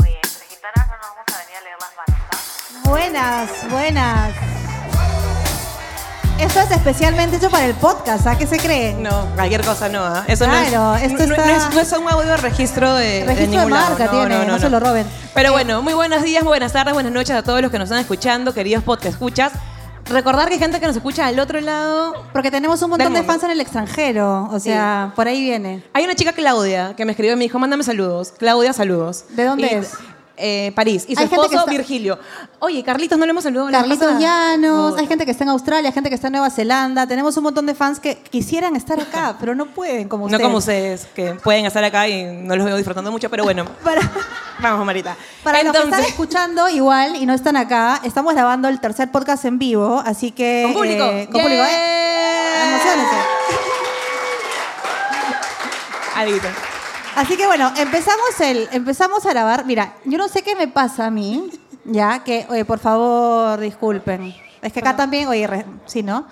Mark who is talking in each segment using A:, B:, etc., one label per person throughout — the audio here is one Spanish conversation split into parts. A: Oye, entre gitanas no nos vamos a venir a leer las manos,
B: Buenas, buenas. Esto es especialmente hecho para el podcast, ¿a qué se cree?
C: No, cualquier cosa no, ¿ah? Eso no
B: Claro,
C: es,
B: esto
C: no-
B: está-
C: no es, no es un audio de registro de,
B: Registro de
C: ningún lado.
B: marca tiene, no se lo roben.
C: Pero bueno, muy buenos días, buenas tardes, buenas noches a todos los que nos están escuchando, queridos podcast escuchas. Recordar que hay gente que nos escucha al otro lado.
B: Porque tenemos un montón
C: Del
B: de
C: mundo.
B: fans en el extranjero, o sea, por ahí viene.
C: Hay una chica, Claudia, que me escribió y me dijo, mándame saludos. Claudia, saludos.
B: ¿De dónde
C: Y-
B: es?
C: eh, París. Y su
B: Hay gente que
C: esposo,
B: está-
C: Virgilio. Oye, Carlitos, no le hemos saludado. la
B: Carlitos
C: pasada?
B: Llanos,
C: Puta.
B: hay gente que está en Australia, hay gente que está en Nueva Zelanda, tenemos un montón de fans que quisieran estar acá, pero no pueden como ustedes.
C: No como ustedes, que pueden estar acá y no los veo disfrutando mucho, pero bueno.
B: Para,
C: Vamos, Marita.
B: para los que
C: Entonces,
B: están escuchando igual y no están acá, estamos grabando el tercer podcast en vivo, así que...
C: con público. eh.
B: eh, con público, ¿eh?
C: ¡Yay!
B: Emocionense.
C: Alguito.
B: Así que bueno, empezamos el, empezamos a grabar. Mira, yo no sé qué me pasa a mí, ya que, oye, por favor, disculpen. Es que acá también, oye, re- sí, ¿no?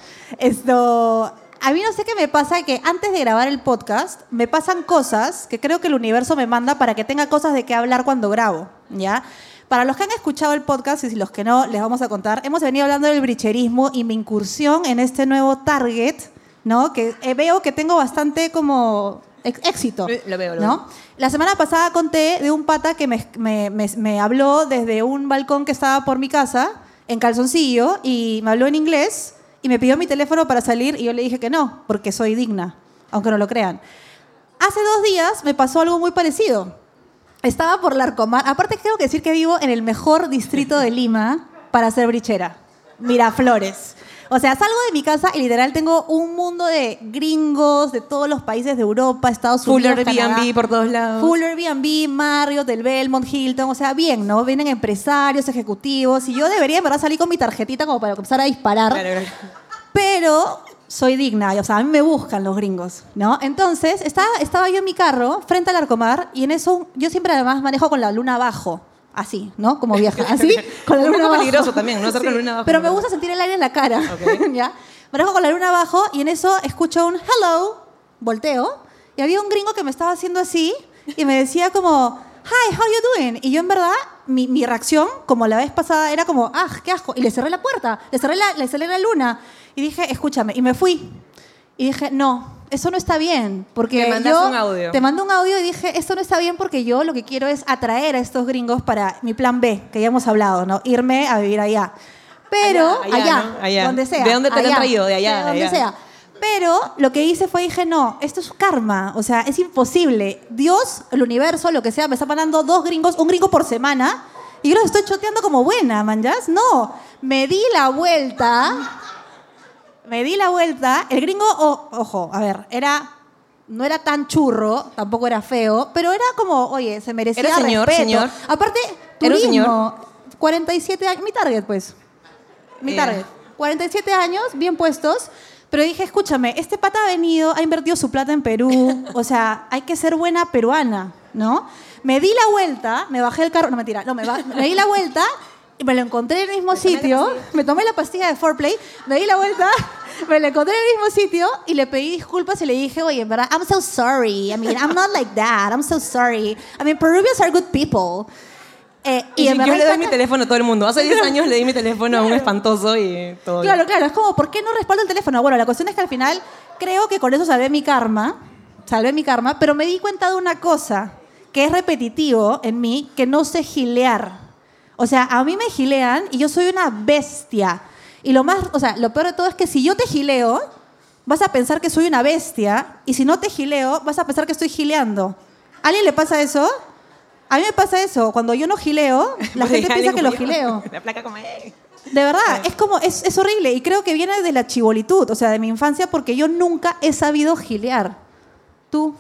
B: Esto, a mí no sé qué me pasa que antes de grabar el podcast me pasan cosas que creo que el universo me manda para que tenga cosas de qué hablar cuando grabo, ¿ya? Para los que han escuchado el podcast y si los que no, les vamos a contar. Hemos venido hablando del bricherismo y mi incursión en este nuevo target, ¿no? Que eh, veo que tengo bastante como ex- éxito.
C: Lo veo, lo
B: ¿no?
C: veo.
B: La semana pasada conté de un pata que me, me- me- me habló desde un balcón que estaba por mi casa, en calzoncillo, y me habló en inglés y me pidió mi teléfono para salir y yo le dije que no, porque soy digna, aunque no lo crean. Hace dos días me pasó algo muy parecido. Estaba por la Arcomar. Aparte, tengo que decir que vivo en el mejor distrito de Lima para ser brichera. Miraflores. O sea, salgo de mi casa y literal tengo un mundo de gringos de todos los países de Europa, Estados
C: Full
B: Unidos, Canadá.
C: Airbnb por todos lados.
B: Full Airbnb, Marriott, del Belmont, Hilton, o sea, bien, ¿no? Vienen empresarios, ejecutivos, y yo debería, en verdad, salir con mi tarjetita como para empezar a disparar,
C: Claro, claro.
B: pero soy digna, y, o sea, a mí me buscan los gringos, ¿no? Entonces, estaba, estaba yo en mi carro, frente al Arcomar, y en eso, yo siempre además manejo con la luna abajo, así, ¿no? Como vieja, así, con la
C: Un
B: luna
C: poco
B: abajo.
C: peligroso también, ¿no? Hacer con la luna abajo.
B: Pero me gusta sentir el aire en la cara,
C: Ok.
B: ¿ya? Manejo con la luna abajo, y en eso escucho un hello, volteo, y había un gringo que me estaba haciendo así, y me decía como, hi, how you doing? Y yo, en verdad, mi, mi reacción, como la vez pasada, era como, ah, qué asco, y le cerré la puerta, le cerré la, le cerré la luna, y dije, escúchame, y me fui. Y dije, no, eso no está bien. Porque
C: Le mandaste
B: yo
C: un audio.
B: Te mando un audio y dije, esto no está bien porque yo lo que quiero es atraer a estos gringos para mi plan B, que ya hemos hablado, ¿no? Irme a vivir allá. Pero, allá,
C: Allá, allá, ¿no? Allá.
B: donde sea.
C: ¿De dónde te lo han
B: allá,
C: traído? De allá, de
B: donde
C: allá.
B: sea. Pero lo que hice fue dije, no, esto es karma, o sea, es imposible. Dios, el universo, lo que sea, me está mandando dos gringos, un gringo por semana, y yo los estoy choteando como buena, manjas. No, me di la vuelta. Me di la vuelta. El gringo, o- ojo, a ver, era. No era tan churro, tampoco era feo, pero era como, oye, se merecía
C: Era señor,
B: respeto.
C: señor.
B: Aparte,
C: Era
B: turismo,
C: un señor.
B: 47 años, mi target, pues. Mi
C: Eh.
B: target. 47 años, bien puestos. Pero dije, escúchame, este pata ha venido, ha invertido su plata en Perú. O sea, hay que ser buena peruana, ¿no? Me di la vuelta, me bajé el carro. No, mentira. No, me, ba- me di la vuelta y me lo encontré en el mismo sitio. Me tomé la pastilla de Foreplay, me di la vuelta, me lo encontré en el mismo sitio y le pedí disculpas y le dije, oye, en verdad, I'm so sorry. I mean, I'm not like that. I'm so sorry. I mean, Peruvians are good people. Eh,
C: Y,
B: en
C: yo
B: verdad
C: le
B: el
C: doy
B: pata-
C: mi teléfono a todo el mundo. Hace 10 años le di mi teléfono a un espantoso y todo.
B: Claro, claro, es como, ¿por qué no respaldo el teléfono? Bueno, la cuestión es que al final creo que con eso salvé mi karma, salvé mi karma, pero me di cuenta de una cosa que es repetitivo en mí, que no sé gilear. O sea, a mí me gilean y yo soy una bestia. Y lo más, o sea, lo peor de todo es que si yo te gileo, vas a pensar que soy una bestia, y si no te gileo, vas a pensar que estoy gileando. ¿A alguien le pasa eso? A mí me pasa eso. Cuando yo no gileo, la gente piensa que lo gileo.
C: La placa como... "Ey".
B: De verdad, es como, es, es horrible. Y creo que viene de la chibolitud, o sea, de mi infancia, porque yo nunca he sabido gilear. ¿Tú?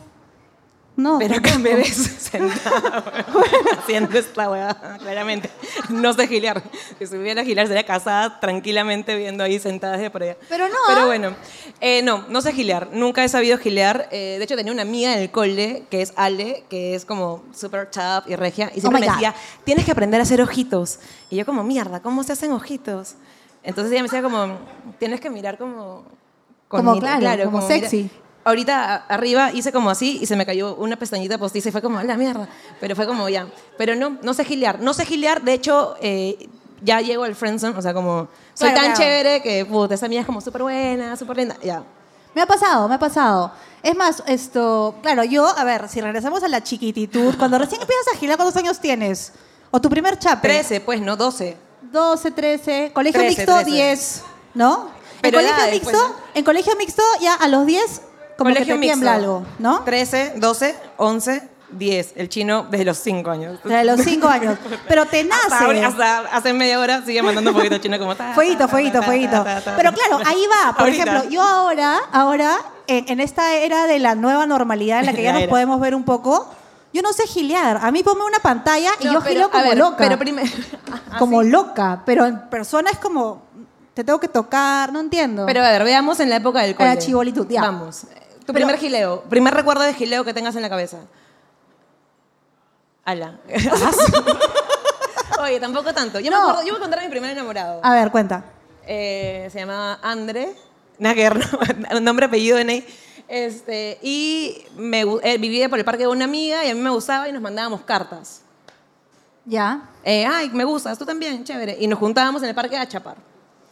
B: No.
C: Pero acá me ves sentada, weón, haciendo esta weá, claramente. No sé gilear. Si supiera gilear, sería casada tranquilamente viendo ahí sentadas de por allá.
B: Pero no, ¿ah?
C: Pero bueno, eh, no, no sé gilear. Nunca he sabido gilear. Eh, de hecho, tenía una amiga en el cole, que es Ale, que es como super chap y regia. Y
B: Oh my
C: siempre me
B: God.
C: decía, tienes que aprender a hacer ojitos. Y yo como, mierda, ¿cómo se hacen ojitos? Entonces ella me decía como, tienes que mirar como... con
B: Como
C: mira-
B: claro, como
C: mira-
B: sexy.
C: ahorita a- arriba hice como así y se me cayó una pestañita postiza y fue como, "A la mierda. Pero fue como ya. Pero no, no sé gilear. No sé gilear. De hecho, eh, ya llego al friendzone. O sea, como, soy
B: Claro,
C: tan
B: claro.
C: chévere que, puta, esa mía es como súper buena, súper linda. Ya.
B: Me ha pasado, me ha pasado. Es más, esto, claro, yo, a ver, si regresamos a la chiquititud, cuando recién empiezas a girar, ¿cuántos años tienes? O tu primer chape.
C: 13, pues, no 12.
B: 12, 13, colegio
C: 13,
B: mixto
C: 13.
B: 10, ¿no?
C: Pero
B: en colegio
C: edades,
B: mixto,
C: pues, ¿no?
B: en colegio mixto ya a los 10 como que te
C: mixto.
B: tiembla algo, ¿no?
C: 13, 12, 11, 10. El chino desde los 5 años.
B: Desde los 5 años. Pero te nace.
C: Hasta, ahora- hasta hace media hora sigue mandando fueguito al chino como tal.
B: Ah, Fueguito, fueguito, fueguito. Pero claro, ahí va. Por
C: Ahorita.
B: ejemplo, yo ahora, ahora, en, en esta era de la nueva normalidad en la que ya
C: La
B: nos
C: era.
B: podemos ver un poco, yo no sé gilear. A mí ponme una pantalla y yo gileo como loca.
C: Pero ah, primero.
B: como loca. Pero en persona es como, te tengo que tocar, no entiendo.
C: Pero a ver, veamos en la época del cole.
B: la chibolitud, ya. Eh,
C: Vamos. Tu
B: Pero-
C: primer gileo. Primer recuerdo de gileo que tengas en la cabeza. Ala. Oye, tampoco tanto. Yo
B: No.
C: me
B: Ah.
C: acuerdo, yo voy a contar a mi primer enamorado.
B: a ver, cuenta.
C: Eh, se llamaba André Naguer, ¿no? nombre, apellido, DNI. Este, y me, gu- eh, vivía por el parque de una amiga y a mí me gustaba y nos mandábamos cartas.
B: Ya.
C: Eh, Ay, me gustas, tú también, chévere. Y nos juntábamos en el parque a chapar.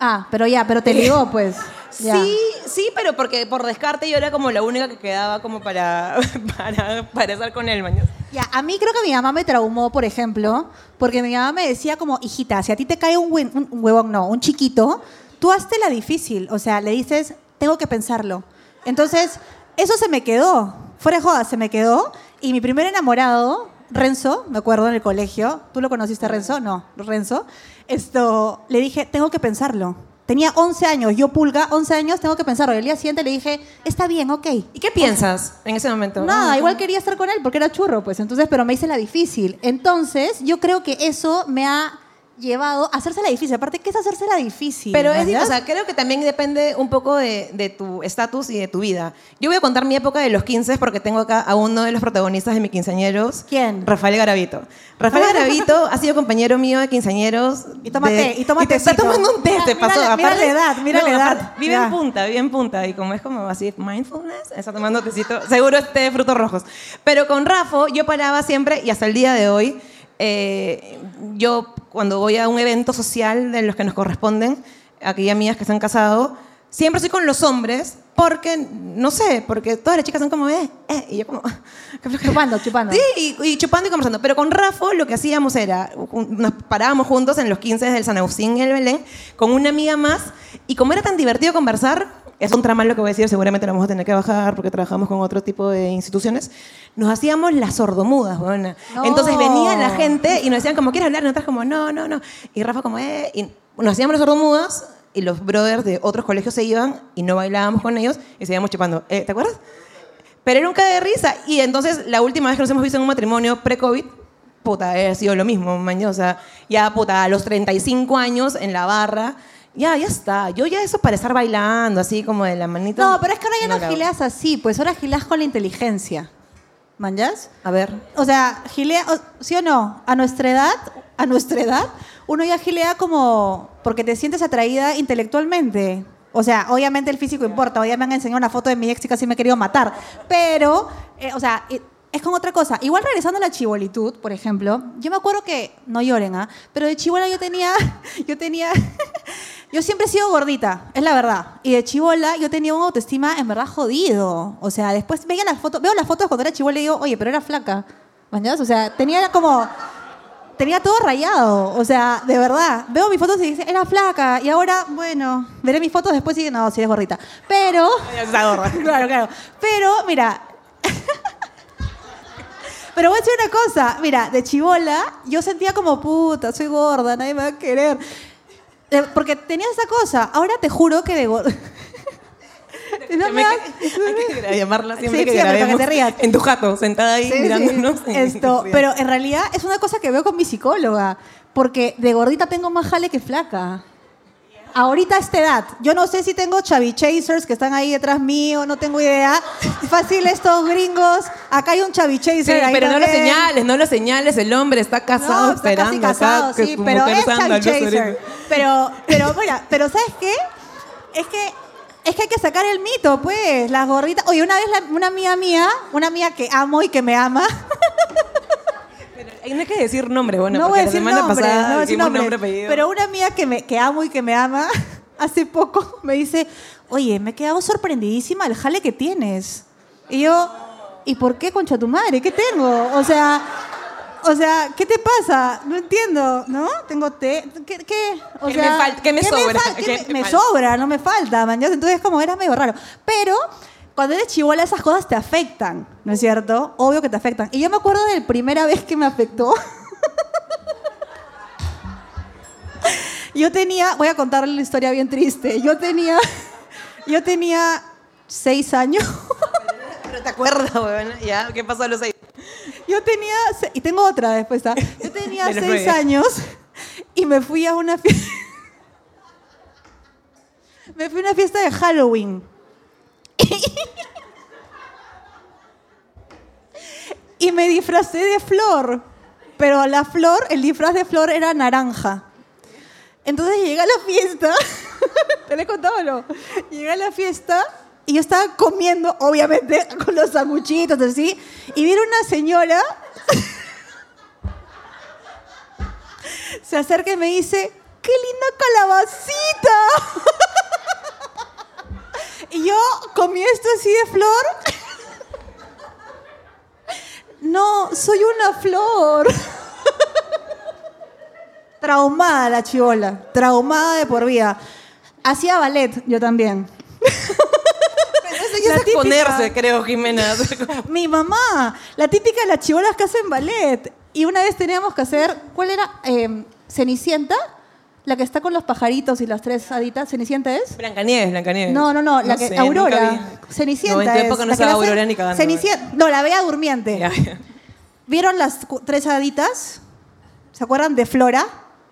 B: Ah, pero ya, pero te ligó, pues. Ya.
C: Sí, sí, pero porque por descarte yo era como la única que quedaba como para, para, para estar con él, mañana.
B: Ya, a mí creo que mi mamá me traumó, por ejemplo, porque mi mamá me decía como, hijita, si a ti te cae un, huen- un- un huevón, no, un chiquito, tú hazte la difícil. O sea, le dices, tengo que pensarlo. Entonces, eso se me quedó. Fuera de joda, se me quedó. Y mi primer enamorado, Renzo, me acuerdo en el colegio, ¿tú lo conociste, Renzo? No, Renzo. Esto, le dije, tengo que pensarlo. Tenía 11 años, yo pulga, 11 años, tengo que pensarlo. Y el día siguiente le dije, está bien, ok.
C: ¿Y qué piensas en ese momento?
B: Nada, igual quería estar con él porque era churro, pues entonces, pero me hice la difícil. Entonces, yo creo que eso me ha llevado a hacerse la difícil. Aparte, ¿qué es hacerse la difícil?
C: Pero es,
B: ¿verdad?
C: o sea, creo que también depende un poco de, de tu estatus y de tu vida. Yo voy a contar mi época de los 15 porque tengo acá a uno de los protagonistas de mis quinceañeros.
B: ¿Quién?
C: Rafael Garavito. Rafael Garavito ha sido compañero mío de quinceañeros.
B: Y toma té, y toma
C: te está
B: tecito.
C: tomando un té,
B: Mira,
C: te
B: mira
C: pasó.
B: la- mira
C: Aparte-
B: la edad, mira la edad.
C: aparte, Vive
B: Ya.
C: en punta, vive en punta. Y como es como así, mindfulness, está tomando tecito. Seguro es té de frutos rojos. Pero con Rafa yo paraba siempre y hasta el día de hoy. eh, yo cuando voy a un evento social de los que nos corresponden, aquí amigas que se han casado, siempre soy con los hombres porque, no sé, porque todas las chicas son como, eh, eh, y yo como...
B: Chupando, chupando.
C: Sí, y, y chupando y conversando. Pero con Rafa lo que hacíamos era, un- nos parábamos juntos en los 15 del San Agustín, en el Belén, con una amiga más. Y como era tan divertido conversar, es un tramal lo que voy a decir, seguramente lo vamos a tener que bajar porque trabajamos con otro tipo de instituciones, nos hacíamos las sordomudas, huevona.
B: No.
C: Entonces venía la gente y nos decían como, ¿quieres hablar? Y nosotras como, no, no, no. Y Rafa como, eh. Y nos hacíamos las sordomudas y los brothers de otros colegios se iban y no bailábamos con ellos y seguíamos chupando. Eh, ¿Te acuerdas? Pero era un cae de risa. Y entonces, la última vez que nos hemos visto en un matrimonio pre-COVID, puta, ha sido lo mismo, mañana. O sea, ya, puta, a los 35 años en la barra, ya, ya está. Yo ya eso para estar bailando, así como de la manita.
B: No, pero es que ahora ya no,
C: la hago.
B: gileas así, pues ahora gileas con la inteligencia. ¿Manjas?
C: A ver.
B: O sea, gilea, o- ¿sí o no? A nuestra edad, a nuestra edad, uno ya gilea como porque te sientes atraída intelectualmente. O sea, obviamente el físico importa. Hoy ya me han enseñado una foto de mi ex y casi me he querido matar. Pero, eh, o sea, eh, es con otra cosa. Igual regresando a la chibolitud, por ejemplo, yo me acuerdo que, no lloren, ¿ah? Pero de chibola yo tenía, yo tenía, yo siempre he sido gordita, es la verdad. Y de chibola yo tenía una autoestima en verdad jodido. O sea, después veía las fotos, veo las fotos cuando era chibola y digo, oye, pero era flaca. ¿Mañas? O sea, tenía como. Tenía todo rayado. O sea, de verdad. Veo mis fotos y dice, era flaca. Y ahora, bueno, veré mis fotos después y no, sí es gordita. Pero.
C: Esa gorra.
B: Claro, claro. Pero, mira. Pero voy a decir una cosa. Mira, de chivola, yo sentía como puta, soy gorda, nadie me va a querer. Eh, Porque tenía esa cosa. Ahora te juro que de gorda. No me
C: Hay
B: hagas-
C: que gra- llamarla siempre
B: Sí,
C: que
B: siempre, para
C: grabemos.
B: que te rías.
C: En tu jato, sentada ahí
B: Sí, sí.
C: mirándonos.
B: Esto,
C: Sí.
B: pero en realidad es una cosa que veo con mi psicóloga, porque de gordita tengo más jale que flaca. Ahorita a esta edad, yo no sé si tengo chavi chasers que están ahí detrás mío, no tengo idea. Fácil estos gringos, acá hay un chavi chaser.
C: Sí,
B: ahí
C: pero no lo
B: también.
C: señales, no lo señales. El hombre está casado,
B: No, está casi
C: esperando acá
B: casado,
C: que
B: sí,
C: su
B: pero
C: mujer
B: es
C: dando a
B: chavi
C: luz ahorita.
B: chaser. Pero, pero mira, pero ¿sabes qué? Es que Es que hay que sacar el mito, pues, las gorritas. Oye, una vez la- una amiga mía, una amiga que amo y que me ama,
C: Ay, No hay que decir nombre, bueno,
B: no voy
C: porque
B: a decir
C: la semana
B: nombres,
C: pasada
B: no voy a decir
C: dijimos
B: nombres,
C: nombre, apellido.
B: pero una amiga que, me, que amo y que me ama hace poco me dice, oye, me he quedado sorprendidísima el jale que tienes. Y yo, ¿y por qué, concha tu madre? ¿Qué tengo? O sea, o sea, ¿qué te pasa? No entiendo, ¿no? Tengo té, ¿qué? qué? O
C: ¿Qué
B: sea,
C: me fal- qué me sobra?
B: fal- qué
C: ¿Qué
B: me-
C: me
B: me
C: falta?
B: sobra, no me falta, man. Entonces como era medio raro. Pero cuando eres chivola esas cosas te afectan, ¿no es cierto? Obvio que te afectan. Y yo me acuerdo de la primera vez que me afectó. Yo tenía, voy a contarle una historia bien triste. Yo tenía, yo tenía seis años.
C: Pero te acuerdas, huevona, ya, ¿qué pasó a los seis?
B: Yo tenía, se- y tengo otra después, ¿ah? Yo tenía
C: De los
B: seis
C: nueve.
B: años y me fui a una fiesta. Me fui a una fiesta de Halloween. Y me disfracé de flor. Pero la flor, el disfraz de flor era naranja. Entonces llegué a la fiesta, te lo he contado o no, llegué a la fiesta y yo estaba comiendo, obviamente, con los sanguchitos así, y viene una señora, se acerca y me dice, ¡qué linda calabacita! Y yo comí esto así de flor. No, soy una flor. Traumada la chivola, traumada de por vida. Hacía ballet yo también.
C: Eso
B: ya
C: ya
B: es
C: es
B: típica.
C: exponerse, creo, Jimena.
B: Mi mamá, la típica de las chivolas que hacen ballet. Y una vez teníamos que hacer, ¿cuál era? Eh, Cenicienta, la que está con los pajaritos y las tres haditas. ¿Cenicienta es?
C: Blancanieves, Blancanieves.
B: No, no, no, la que
C: sé,
B: Aurora,
C: nunca vi. No,
B: Cenicienta
C: en tu
B: es.
C: época no
B: la que
C: estaba
B: la hace-
C: Aurora ni cagando.
B: Cenicienta, no, la Bella Durmiente.
C: Ya, ya.
B: ¿Vieron las cu- tres haditas? ¿Se acuerdan de Flora?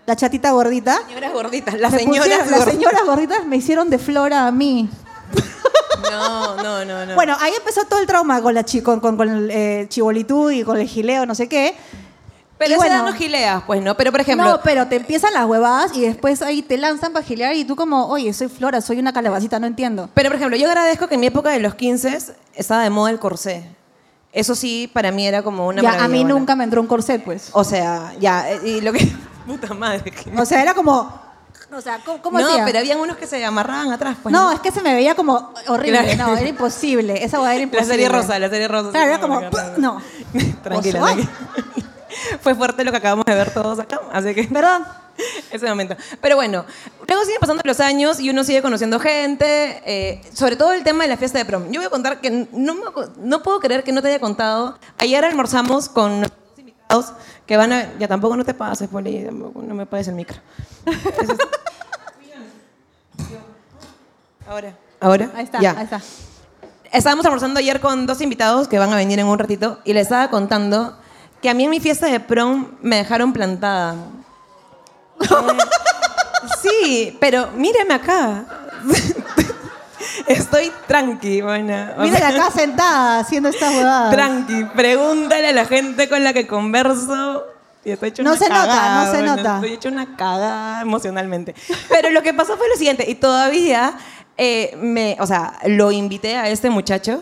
B: La chatita gordita.
C: Señoras gorditas, las
B: Me
C: señoras
B: pusieron- las
C: gorditas.
B: señoras gorditas me hicieron de Flora a mí.
C: No, no, no, no.
B: Bueno, ahí empezó todo el trauma con la chi- con, con, con el eh, chibolitud y con el gileo, no sé qué.
C: pero
B: y
C: esa
B: bueno.
C: edad no gileas, pues, ¿no? Pero, por ejemplo,
B: no, pero te empiezan las huevadas y después ahí te lanzan para gilear y tú como, oye, soy Flora, soy una calabacita, no entiendo.
C: Pero, por ejemplo, yo agradezco que en mi época de los 15 estaba de moda el corsé. Eso sí, para mí era como una
B: ya,
C: maravilla,
B: a mí
C: bueno.
B: nunca me entró un corset, pues.
C: O sea, ya, eh, y lo que... Puta madre. que-
B: O sea, era como, o sea, ¿cómo, cómo
C: no,
B: hacía?
C: pero habían unos que se amarraban atrás, pues.
B: no, es que se me veía como horrible,
C: Claro.
B: no, era imposible, esa hueá era
C: La
B: imposible.
C: serie rosa, la serie rosa.
B: Claro,
C: sí,
B: era como,
C: agarrando.
B: no.
C: tranquila.
B: Oso, ay.
C: tranquila. Fue fuerte lo que acabamos de ver todos acá, así que...
B: Perdón.
C: Ese momento. Pero bueno, luego siguen pasando los años y uno sigue conociendo gente, eh, sobre todo el tema de la fiesta de prom. Yo voy a contar que no, me acu- no puedo creer que no te haya contado. Ayer almorzamos con los invitados que van a... Ya tampoco no te pases, Poli, tampoco no me pases el micro. Eso es- Ahora. Ahora.
B: Ahí está,
C: Ya.
B: ahí está.
C: Estábamos almorzando ayer con dos invitados que van a venir en un ratito y les estaba contando que a mí en mi fiesta de prom me dejaron plantada. Eh, sí, pero mírame acá. Estoy tranqui, buena. O
B: Mira
C: sea,
B: acá sentada haciendo esta huevada.
C: Tranqui, pregúntale a la gente con la que converso. Y estoy hecho
B: No
C: una
B: se nota,
C: cagada,
B: no se
C: bueno,
B: nota.
C: Estoy hecho una cagada emocionalmente. Pero lo que pasó fue lo siguiente, y todavía eh, me, o sea, lo invité a este muchacho,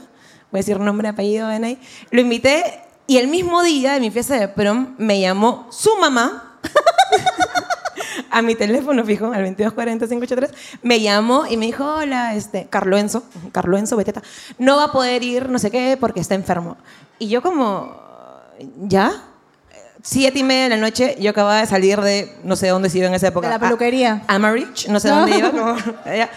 C: voy a decir nombre, apellido, ven ahí, lo invité y el mismo día de mi fiesta de prom me llamó su mamá a mi teléfono fijo, al 2240-583, me llamó y me dijo, hola, este, Carlo Enzo, Carlo Enzo Beteta, no va a poder ir, no sé qué, porque está enfermo. Y yo como, ¿ya? Siete y media de la noche, yo acababa de salir de, no sé dónde se iba en esa época.
B: De la peluquería.
C: A- Amarich, no sé dónde iba. como- allá.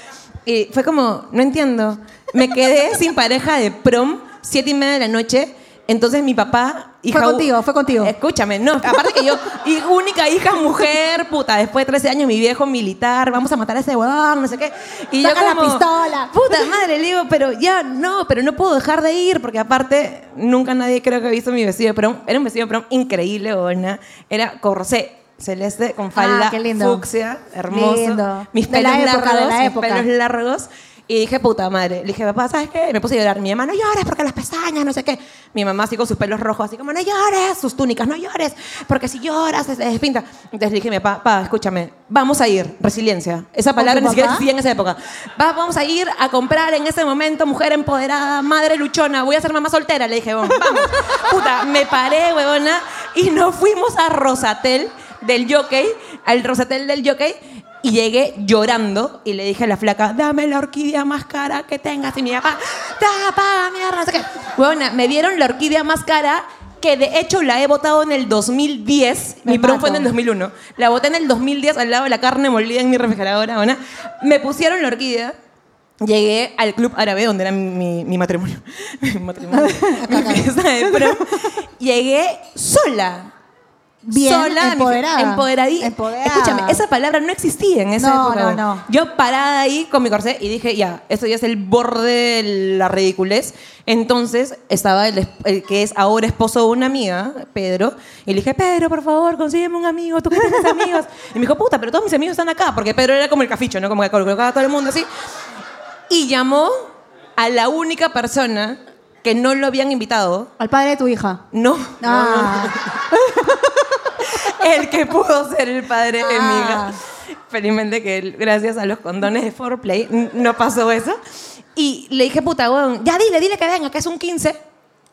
C: y fue como, no entiendo. Me quedé sin pareja de prom, siete y media de la noche, entonces mi papá... y
B: Fue
C: Jau- Eh,
B: contigo, fue contigo.
C: Escúchame, no, aparte que yo, y única hija mujer, puta, después de 13 años mi viejo militar, vamos a matar a ese huevón, no sé qué. Y
B: Saca
C: yo
B: la
C: como,
B: pistola.
C: Puta madre, le digo, pero ya, no, pero no puedo dejar de ir, porque aparte nunca nadie creo que ha visto mi vestido de prom. Era un vestido de prom increíble, huevona. Era corsé celeste con falda
B: Ah, qué lindo.
C: fucsia, hermoso.
B: Lindo.
C: Mis
B: De la
C: pelos
B: época, de
C: largos,
B: la
C: mis
B: época.
C: pelos largos. Y Y dije, puta madre. Le dije, papá, ¿sabes qué? Me puse a llorar. Mi mamá, no llores porque las pestañas, no sé qué. Mi mamá así con sus pelos rojos, así como, no llores, sus túnicas, no llores, porque si lloras, se despinta. Entonces le dije, a mi papá, papá, escúchame, vamos a ir, resiliencia. Esa palabra
B: tu
C: ni siquiera
B: papá?
C: existía en esa época. Va- vamos a ir a comprar en ese momento, mujer empoderada, madre luchona, voy a ser mamá soltera. Le dije, "Bon, vamos. Puta, me paré, huevona, y nos fuimos a Rosatel del jockey, al Rosatel del jockey, y llegué llorando y le dije a la flaca, dame la orquídea más cara que tengas. Y mi papá, tapa, mierda, no sé qué. Huevona, me dieron la orquídea más cara que de hecho la he votado en el 2010.
B: Me
C: mi prom
B: mato.
C: fue en el 2010. 2001. La boté en el 2010 al lado de la carne molida en mi refrigeradora. ¿no? Me pusieron la orquídea. Llegué al club árabe donde era mi, mi matrimonio. Mi matrimonio. mi fiesta de prom. Llegué sola.
B: Bien
C: sola,
B: empoderada.
C: Empoderadí.
B: Empoderada.
C: Escúchame, esa palabra no existía en esa
B: No,
C: época.
B: no, no.
C: Yo parada ahí con mi corsé y dije, ya, esto ya es el borde de la ridiculez. Entonces estaba el, es- el que es ahora esposo de una amiga, Pedro, y le dije, Pedro, por favor, consígueme un amigo, tú que tienes amigos. Y me dijo, puta, pero todos mis amigos están acá, porque Pedro era como el caficho, ¿no? Como que colocaba a todo el mundo así. Y llamó a la única persona que no lo habían invitado.
B: Al padre de tu hija.
C: No,
B: Ah,
C: el que pudo ser el padre de mi hija.
B: Ah.
C: Felizmente que él, gracias a los condones de Foreplay n- no pasó eso. Y le dije, puta, weón, ya dile, dile que venga, que es un 15.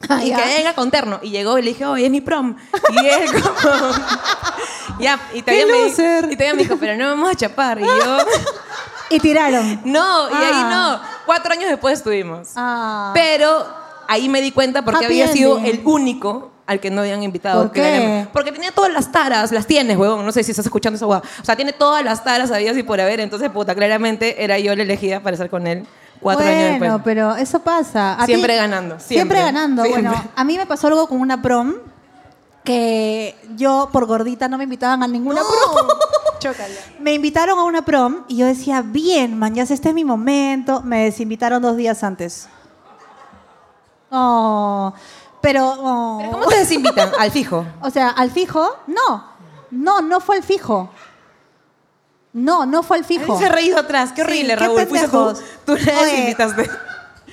B: Ah,
C: y
B: ya.
C: que venga con terno. Y llegó y le dije, hoy es mi prom. Y él como... ya, y todavía, me,
B: loser!
C: y todavía me dijo, pero no vamos a chapar. Y yo,
B: y tiraron.
C: no, y ahí no.
B: Ah.
C: Cuatro años después estuvimos.
B: Ah.
C: Pero ahí me di cuenta porque
B: Happy
C: había sido
B: ending.
C: el único al que no habían invitado.
B: ¿Por
C: que
B: qué?
C: habían- Porque tenía todas las taras, las tienes, huevón. No sé si estás escuchando esa hueá. O sea, tiene todas las taras, había y por haber. Entonces, puta, claramente era yo la elegida para estar con él cuatro
B: bueno,
C: años después.
B: pero eso pasa. A ti-
C: Siempre ganando,
B: Siempre,
C: siempre,
B: ganando. Bueno,
C: siempre.
B: a mí me pasó algo con una prom que yo por gordita no me invitaban a ninguna prom. Me invitaron a una prom y yo decía, bien, man, ya sé, este es mi momento. Me desinvitaron dos días antes. Oh, pero... oh.
C: ¿Pero ¿Cómo te desinvitan? Al fijo.
B: O sea, al fijo, no. No, no fue al fijo. No, no fue al fijo.
C: Se ha reído atrás. Qué
B: Sí,
C: horrible,
B: qué
C: Raúl. Fuiste tú.
B: pendejos.
C: Tú le
B: Oye.
C: desinvitaste.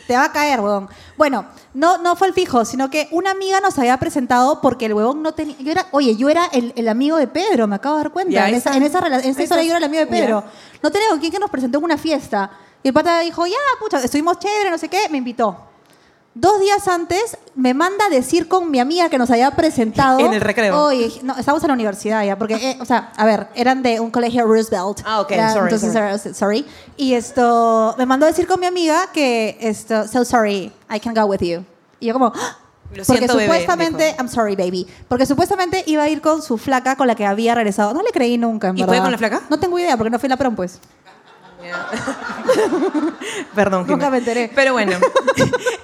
B: Te va a caer, huevón. Bueno, no, no fue el fijo, sino que una amiga nos había presentado porque el huevón no tenía. Yo era, oye, yo era el, el amigo de Pedro, me acabo de dar cuenta.
C: Ya, ahí
B: en esa,
C: está.
B: en esa rela- en esa
C: Ahí
B: historia
C: está.
B: yo era el amigo de Pedro.
C: Ya.
B: No tenía con quién que nos presentó en una fiesta. Y el pata dijo, ya, pucha, estuvimos chévere, no sé qué, me invitó. Dos días antes me manda a decir con mi amiga que nos había presentado.
C: En el recreo.
B: Oye, no, estábamos en la universidad ya, porque, eh, o sea, a ver, eran de un colegio Roosevelt.
C: Ah, ok,
B: Era-
C: sorry,
B: Entonces
C: sorry.
B: era I said, sorry. Y esto, me mandó a decir con mi amiga que, esto, so sorry, I can go with you. Y yo como, ¡Ah! porque
C: Lo siento, bebé,
B: supuestamente,
C: dijo.
B: I'm sorry, baby, porque supuestamente iba a ir con su flaca con la que había regresado. No le creí nunca, en
C: ¿Y fue
B: verdad.
C: con la flaca?
B: No tengo idea, porque no fui a la prom, pues.
C: Perdón.
B: Nunca
C: Jimena.
B: me enteré.
C: Pero bueno.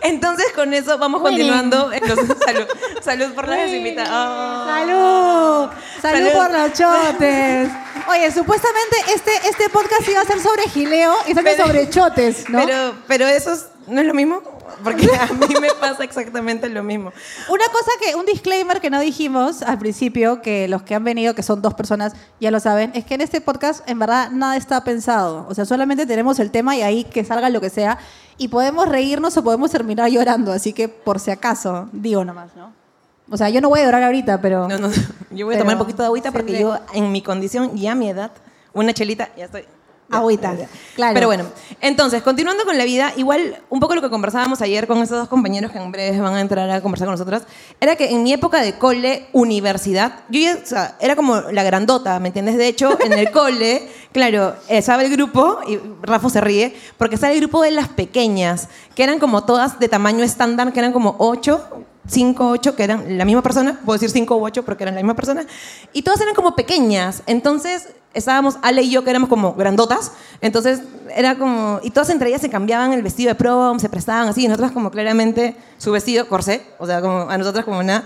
C: Entonces, con eso vamos
B: Winning.
C: continuando. Entonces, salud. Salud por la desinvitación. Oh.
B: ¡Salud! ¡Salud por los chotes! Oye, supuestamente este, este podcast iba a ser sobre gileo y salió
C: Pero-
B: sobre chotes, ¿no?
C: Pero, pero eso es- no es lo mismo, porque a mí me pasa exactamente lo mismo.
B: Una cosa que, un disclaimer que no dijimos al principio, que los que han venido, que son dos personas, ya lo saben, es que en este podcast en verdad nada está pensado. O sea, solamente tenemos el tema y ahí que salga lo que sea. Y podemos reírnos o podemos terminar llorando. Así que por si acaso, digo nomás, ¿no? O sea, yo no voy a llorar ahorita, pero...
C: No, no, yo voy a
B: Pero-
C: tomar un poquito de agüita
B: sí,
C: porque
B: sí.
C: yo, en mi condición y a mi edad, una chelita, ya estoy. ya,
B: Agüita,
C: ya, ya.
B: claro.
C: Pero bueno, entonces, continuando con la vida, igual un poco lo que conversábamos ayer con esos dos compañeros que en breve van a entrar a conversar con nosotras, era que en mi época de cole, universidad, yo ya, o sea, era como la grandota, ¿me entiendes? De hecho, en el cole, claro, eh, estaba el grupo, y Rafa se ríe, porque estaba el grupo de las pequeñas, que eran como todas de tamaño estándar, que eran como ocho, cinco, ocho, que eran la misma persona, puedo decir cinco u ocho porque eran la misma persona, y todas eran como pequeñas, entonces estábamos Ale y yo que éramos como grandotas, entonces era como y todas entre ellas se cambiaban el vestido de prom, se prestaban así, y nosotras como claramente su vestido corsé, o sea, como a nosotras como nada.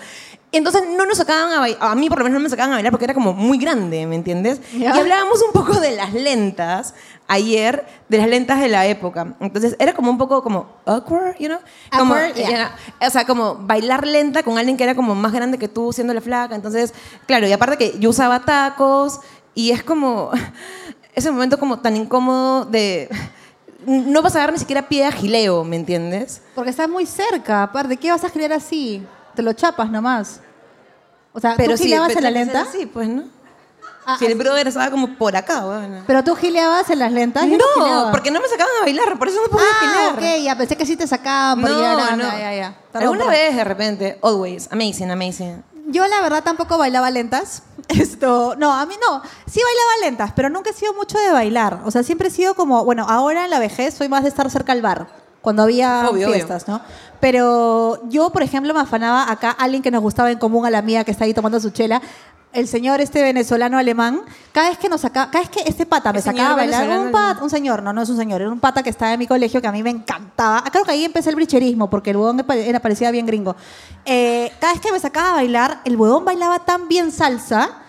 C: Entonces no nos sacaban a bailar, a mí por lo menos no me sacaban a bailar porque era como muy grande, ¿me entiendes?
B: Ya.
C: Y hablábamos un poco de las lentas ayer, de las lentas de la época. Entonces era como un poco como awkward, you know? Como,
B: Awkward, yeah.
C: ya, o sea, como bailar lenta con alguien que era como más grande que tú, siendo la flaca. Entonces, claro, y aparte que yo usaba tacos y es como ese momento como tan incómodo de no vas a dar ni siquiera pie a gileo, ¿me entiendes?
B: Porque está muy cerca, aparte, ¿qué vas a girar así? Te lo chapas nomás. O sea, ¿tú gileabas en la lenta?
C: Sí, pues, ¿no?
B: Ah,
C: si el
B: ah,
C: brother estaba como por acá, bueno.
B: ¿Pero tú gileabas en las lentas? Ah, Yo
C: No,
B: gileaba.
C: porque no me sacaban a bailar, por eso no podía
B: Ah,
C: gilear.
B: ok, ya pensé que sí te sacaban por llegar a- ya, ya, ya. Perdón,
C: Alguna
B: perdón.
C: vez de repente, always, amazing, amazing.
B: Yo la verdad tampoco bailaba lentas. Esto, no, a mí no. Sí bailaba lentas, pero nunca he sido mucho de bailar. O sea, siempre he sido como, bueno, ahora en la vejez soy más de estar cerca al bar, cuando había
C: Obvio, obvio.
B: fiestas, ¿no? Pero yo, por ejemplo, me afanaba acá alguien que nos gustaba en común a la mía que está ahí tomando su chela. El señor este venezolano alemán, cada vez que nos sacaba, cada vez que este pata me
C: El señor
B: sacaba a bailar,
C: venezolano
B: un, pat,
C: alemán.
B: un señor, no, no es un señor, era un pata que estaba en mi colegio que a mí me encantaba. Ah, Creo que ahí empecé el bricherismo porque el huevón me pa- era, parecía bien gringo. Eh, cada vez que me sacaba a bailar, el huevón bailaba tan bien salsa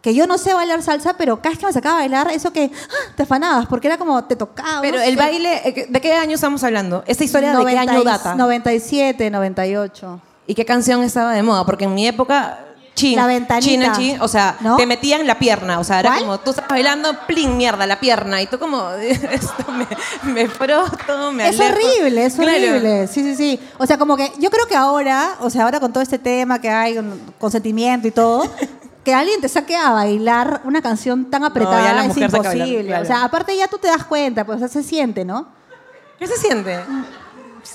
B: que yo no sé bailar salsa, pero cada vez que me sacaba a bailar, eso que ah, te afanabas porque era como te tocaba.
C: Pero
B: no
C: el
B: sé.
C: baile, eh, ¿de qué año estamos hablando? ¿Esta historia de qué
B: 90 y-
C: año data?
B: 97, 98.
C: ¿Y qué canción estaba de moda? Porque en mi época, chin,
B: La ventanita.
C: chin, en chin, o sea,
B: ¿No?
C: te metían la pierna, o sea, era
B: ¿Cuál?
C: como, tú estás bailando, plin, mierda, la pierna, y tú como, esto me, me froto, me
B: es
C: alejo.
B: horrible, es
C: Claro.
B: horrible. Sí, sí, sí. O sea, como que yo creo que ahora, o sea, ahora con todo este tema que hay, con consentimiento y todo, que alguien te saque a bailar una canción tan apretada
C: ya la
B: es
C: mujer saca a
B: imposible.
C: bailar, claro.
B: O sea, aparte ya tú te das cuenta, pues o sea, se siente, ¿no?
C: ¿Qué se siente?
B: Mm.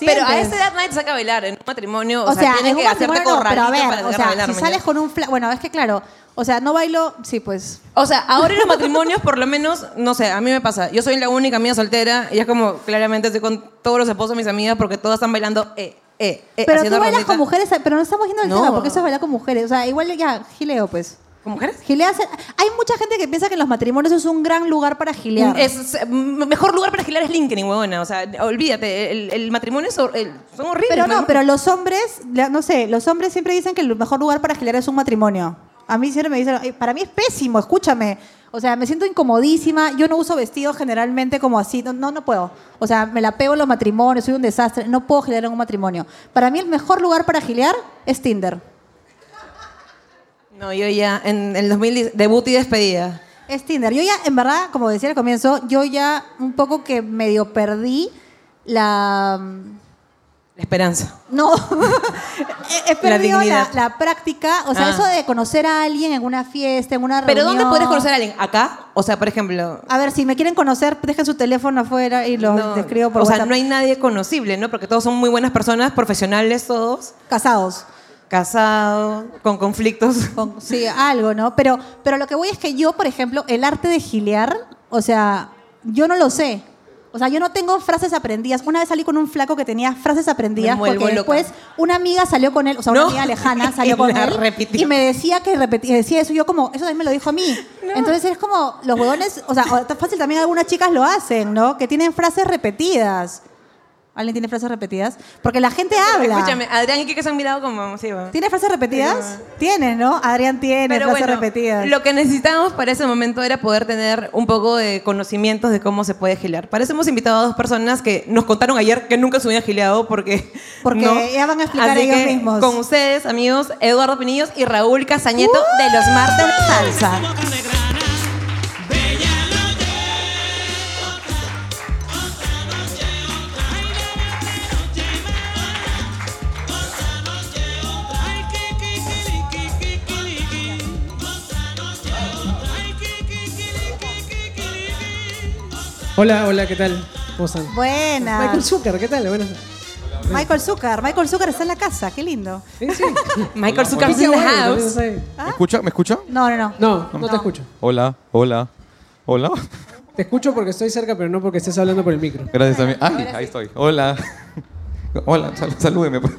C: Pero a esa edad nadie te saca a bailar en un matrimonio, o,
B: O sea,
C: tienes
B: es un
C: que hacerte
B: matrimonio, no, pero
C: corralito
B: a ver,
C: para
B: o
C: sacar a
B: sea,
C: bailar.
B: si
C: ¿me
B: sales
C: entiendes?
B: con un fla... Bueno, es que claro, o sea, no bailo, sí, pues...
C: O sea, ahora en los matrimonios, por lo menos, no sé, a mí me pasa. Yo soy la única mía soltera y es como, claramente estoy con todos los esposos de mis amigas porque todas están bailando, eh, eh, eh,
B: Pero tú
C: haciendo
B: bailas
C: rondita.
B: con mujeres, pero no estamos yendo al
C: No.
B: tema, porque eso es bailar con mujeres. O sea, igual ya, gileo, pues.
C: ¿Con mujeres?
B: Gileas... Hay mucha gente que piensa que los matrimonios es un gran lugar para gilear.
C: Es, es- m- mejor lugar para gilar es LinkedIn, huevona. O sea, olvídate, el, el matrimonio es hor- el- son horribles.
B: Pero
C: huevón.
B: no, pero los hombres, la- no sé, los hombres siempre dicen que el mejor lugar para gilear es un matrimonio. A mí siempre me dicen, "Ay, para mí es pésimo, escúchame. O sea, me siento incomodísima, yo no uso vestidos generalmente como así, no, no, no puedo. O sea, me la pego en los matrimonios, soy un desastre, no puedo gilear en un matrimonio. Para mí el mejor lugar para gilear es Tinder.
C: No, yo ya en el 2010, debut y despedida.
B: Es Tinder. Yo ya, en verdad, como decía al comienzo, yo ya un poco que medio perdí la...
C: La esperanza.
B: No, he, he perdido la,
C: dignidad.
B: la práctica, o sea,
C: Ah.
B: eso de conocer a alguien en una fiesta, en una reunión.
C: ¿Pero dónde puedes conocer a alguien? ¿Acá? O sea, por ejemplo...
B: A ver, si me quieren conocer, dejen su teléfono afuera y los
C: no,
B: escribo por
C: o sea,
B: WhatsApp.
C: no hay nadie conocible, ¿no? Porque todos son muy buenas personas, profesionales todos,
B: Casados.
C: casados, con conflictos.
B: Con- sí, algo, ¿no? Pero, pero lo que voy es que yo, por ejemplo, el arte de gilear, o sea, yo no lo sé. O sea, yo no tengo frases aprendidas. Una vez salí con un flaco que tenía frases aprendidas
C: Me
B: porque
C: vuelvo loca.
B: después una amiga salió con él, o sea, una
C: No.
B: amiga lejana salió
C: Y
B: con
C: la
B: él
C: repitió.
B: y me decía que repetía, decía eso. Yo como, eso también me lo dijo a mí. Entonces es como, los huevones, o sea, o tan fácil también algunas chicas lo hacen, ¿no? Que tienen frases repetidas. ¿Alguien tiene frases repetidas? Porque la gente habla.
C: Escúchame, Adrián y Kike se han mirado como... Sí, va.
B: ¿Tiene frases repetidas? Tiene, ¿no? Adrián tiene
C: Pero
B: frases
C: bueno,
B: repetidas.
C: lo que necesitábamos para ese momento era poder tener un poco de conocimientos de cómo se puede gilear. Para eso hemos invitado a dos personas que nos contaron ayer que nunca se hubieran gileado porque
B: Porque
C: no.
B: ya van a explicar
C: Así
B: ellos
C: que,
B: mismos.
C: Con ustedes, amigos, Eduardo Pinillos y Raúl Casañeto de Los Martes de Salsa.
D: Hola, hola, ¿qué tal? ¿Cómo están?
B: Buena.
D: Michael Zucker, ¿qué tal? Buenas.
B: Michael Zucker. Michael Zucker está en la casa. Qué lindo.
D: Sí, sí.
C: Michael Zucker
D: Kike
C: in the
D: Warren también
C: house.
D: está ahí.
B: Ah.
E: ¿Me escucha? ¿Me escucha?
B: No, no, no.
D: No, no,
B: No.
D: te escucho.
E: Hola, hola, hola.
D: Te escucho porque estoy cerca, pero no porque estés hablando por el micro.
E: Gracias a mí. Ay, ahí estoy. Hola. Hola, sal- salúdeme. pues.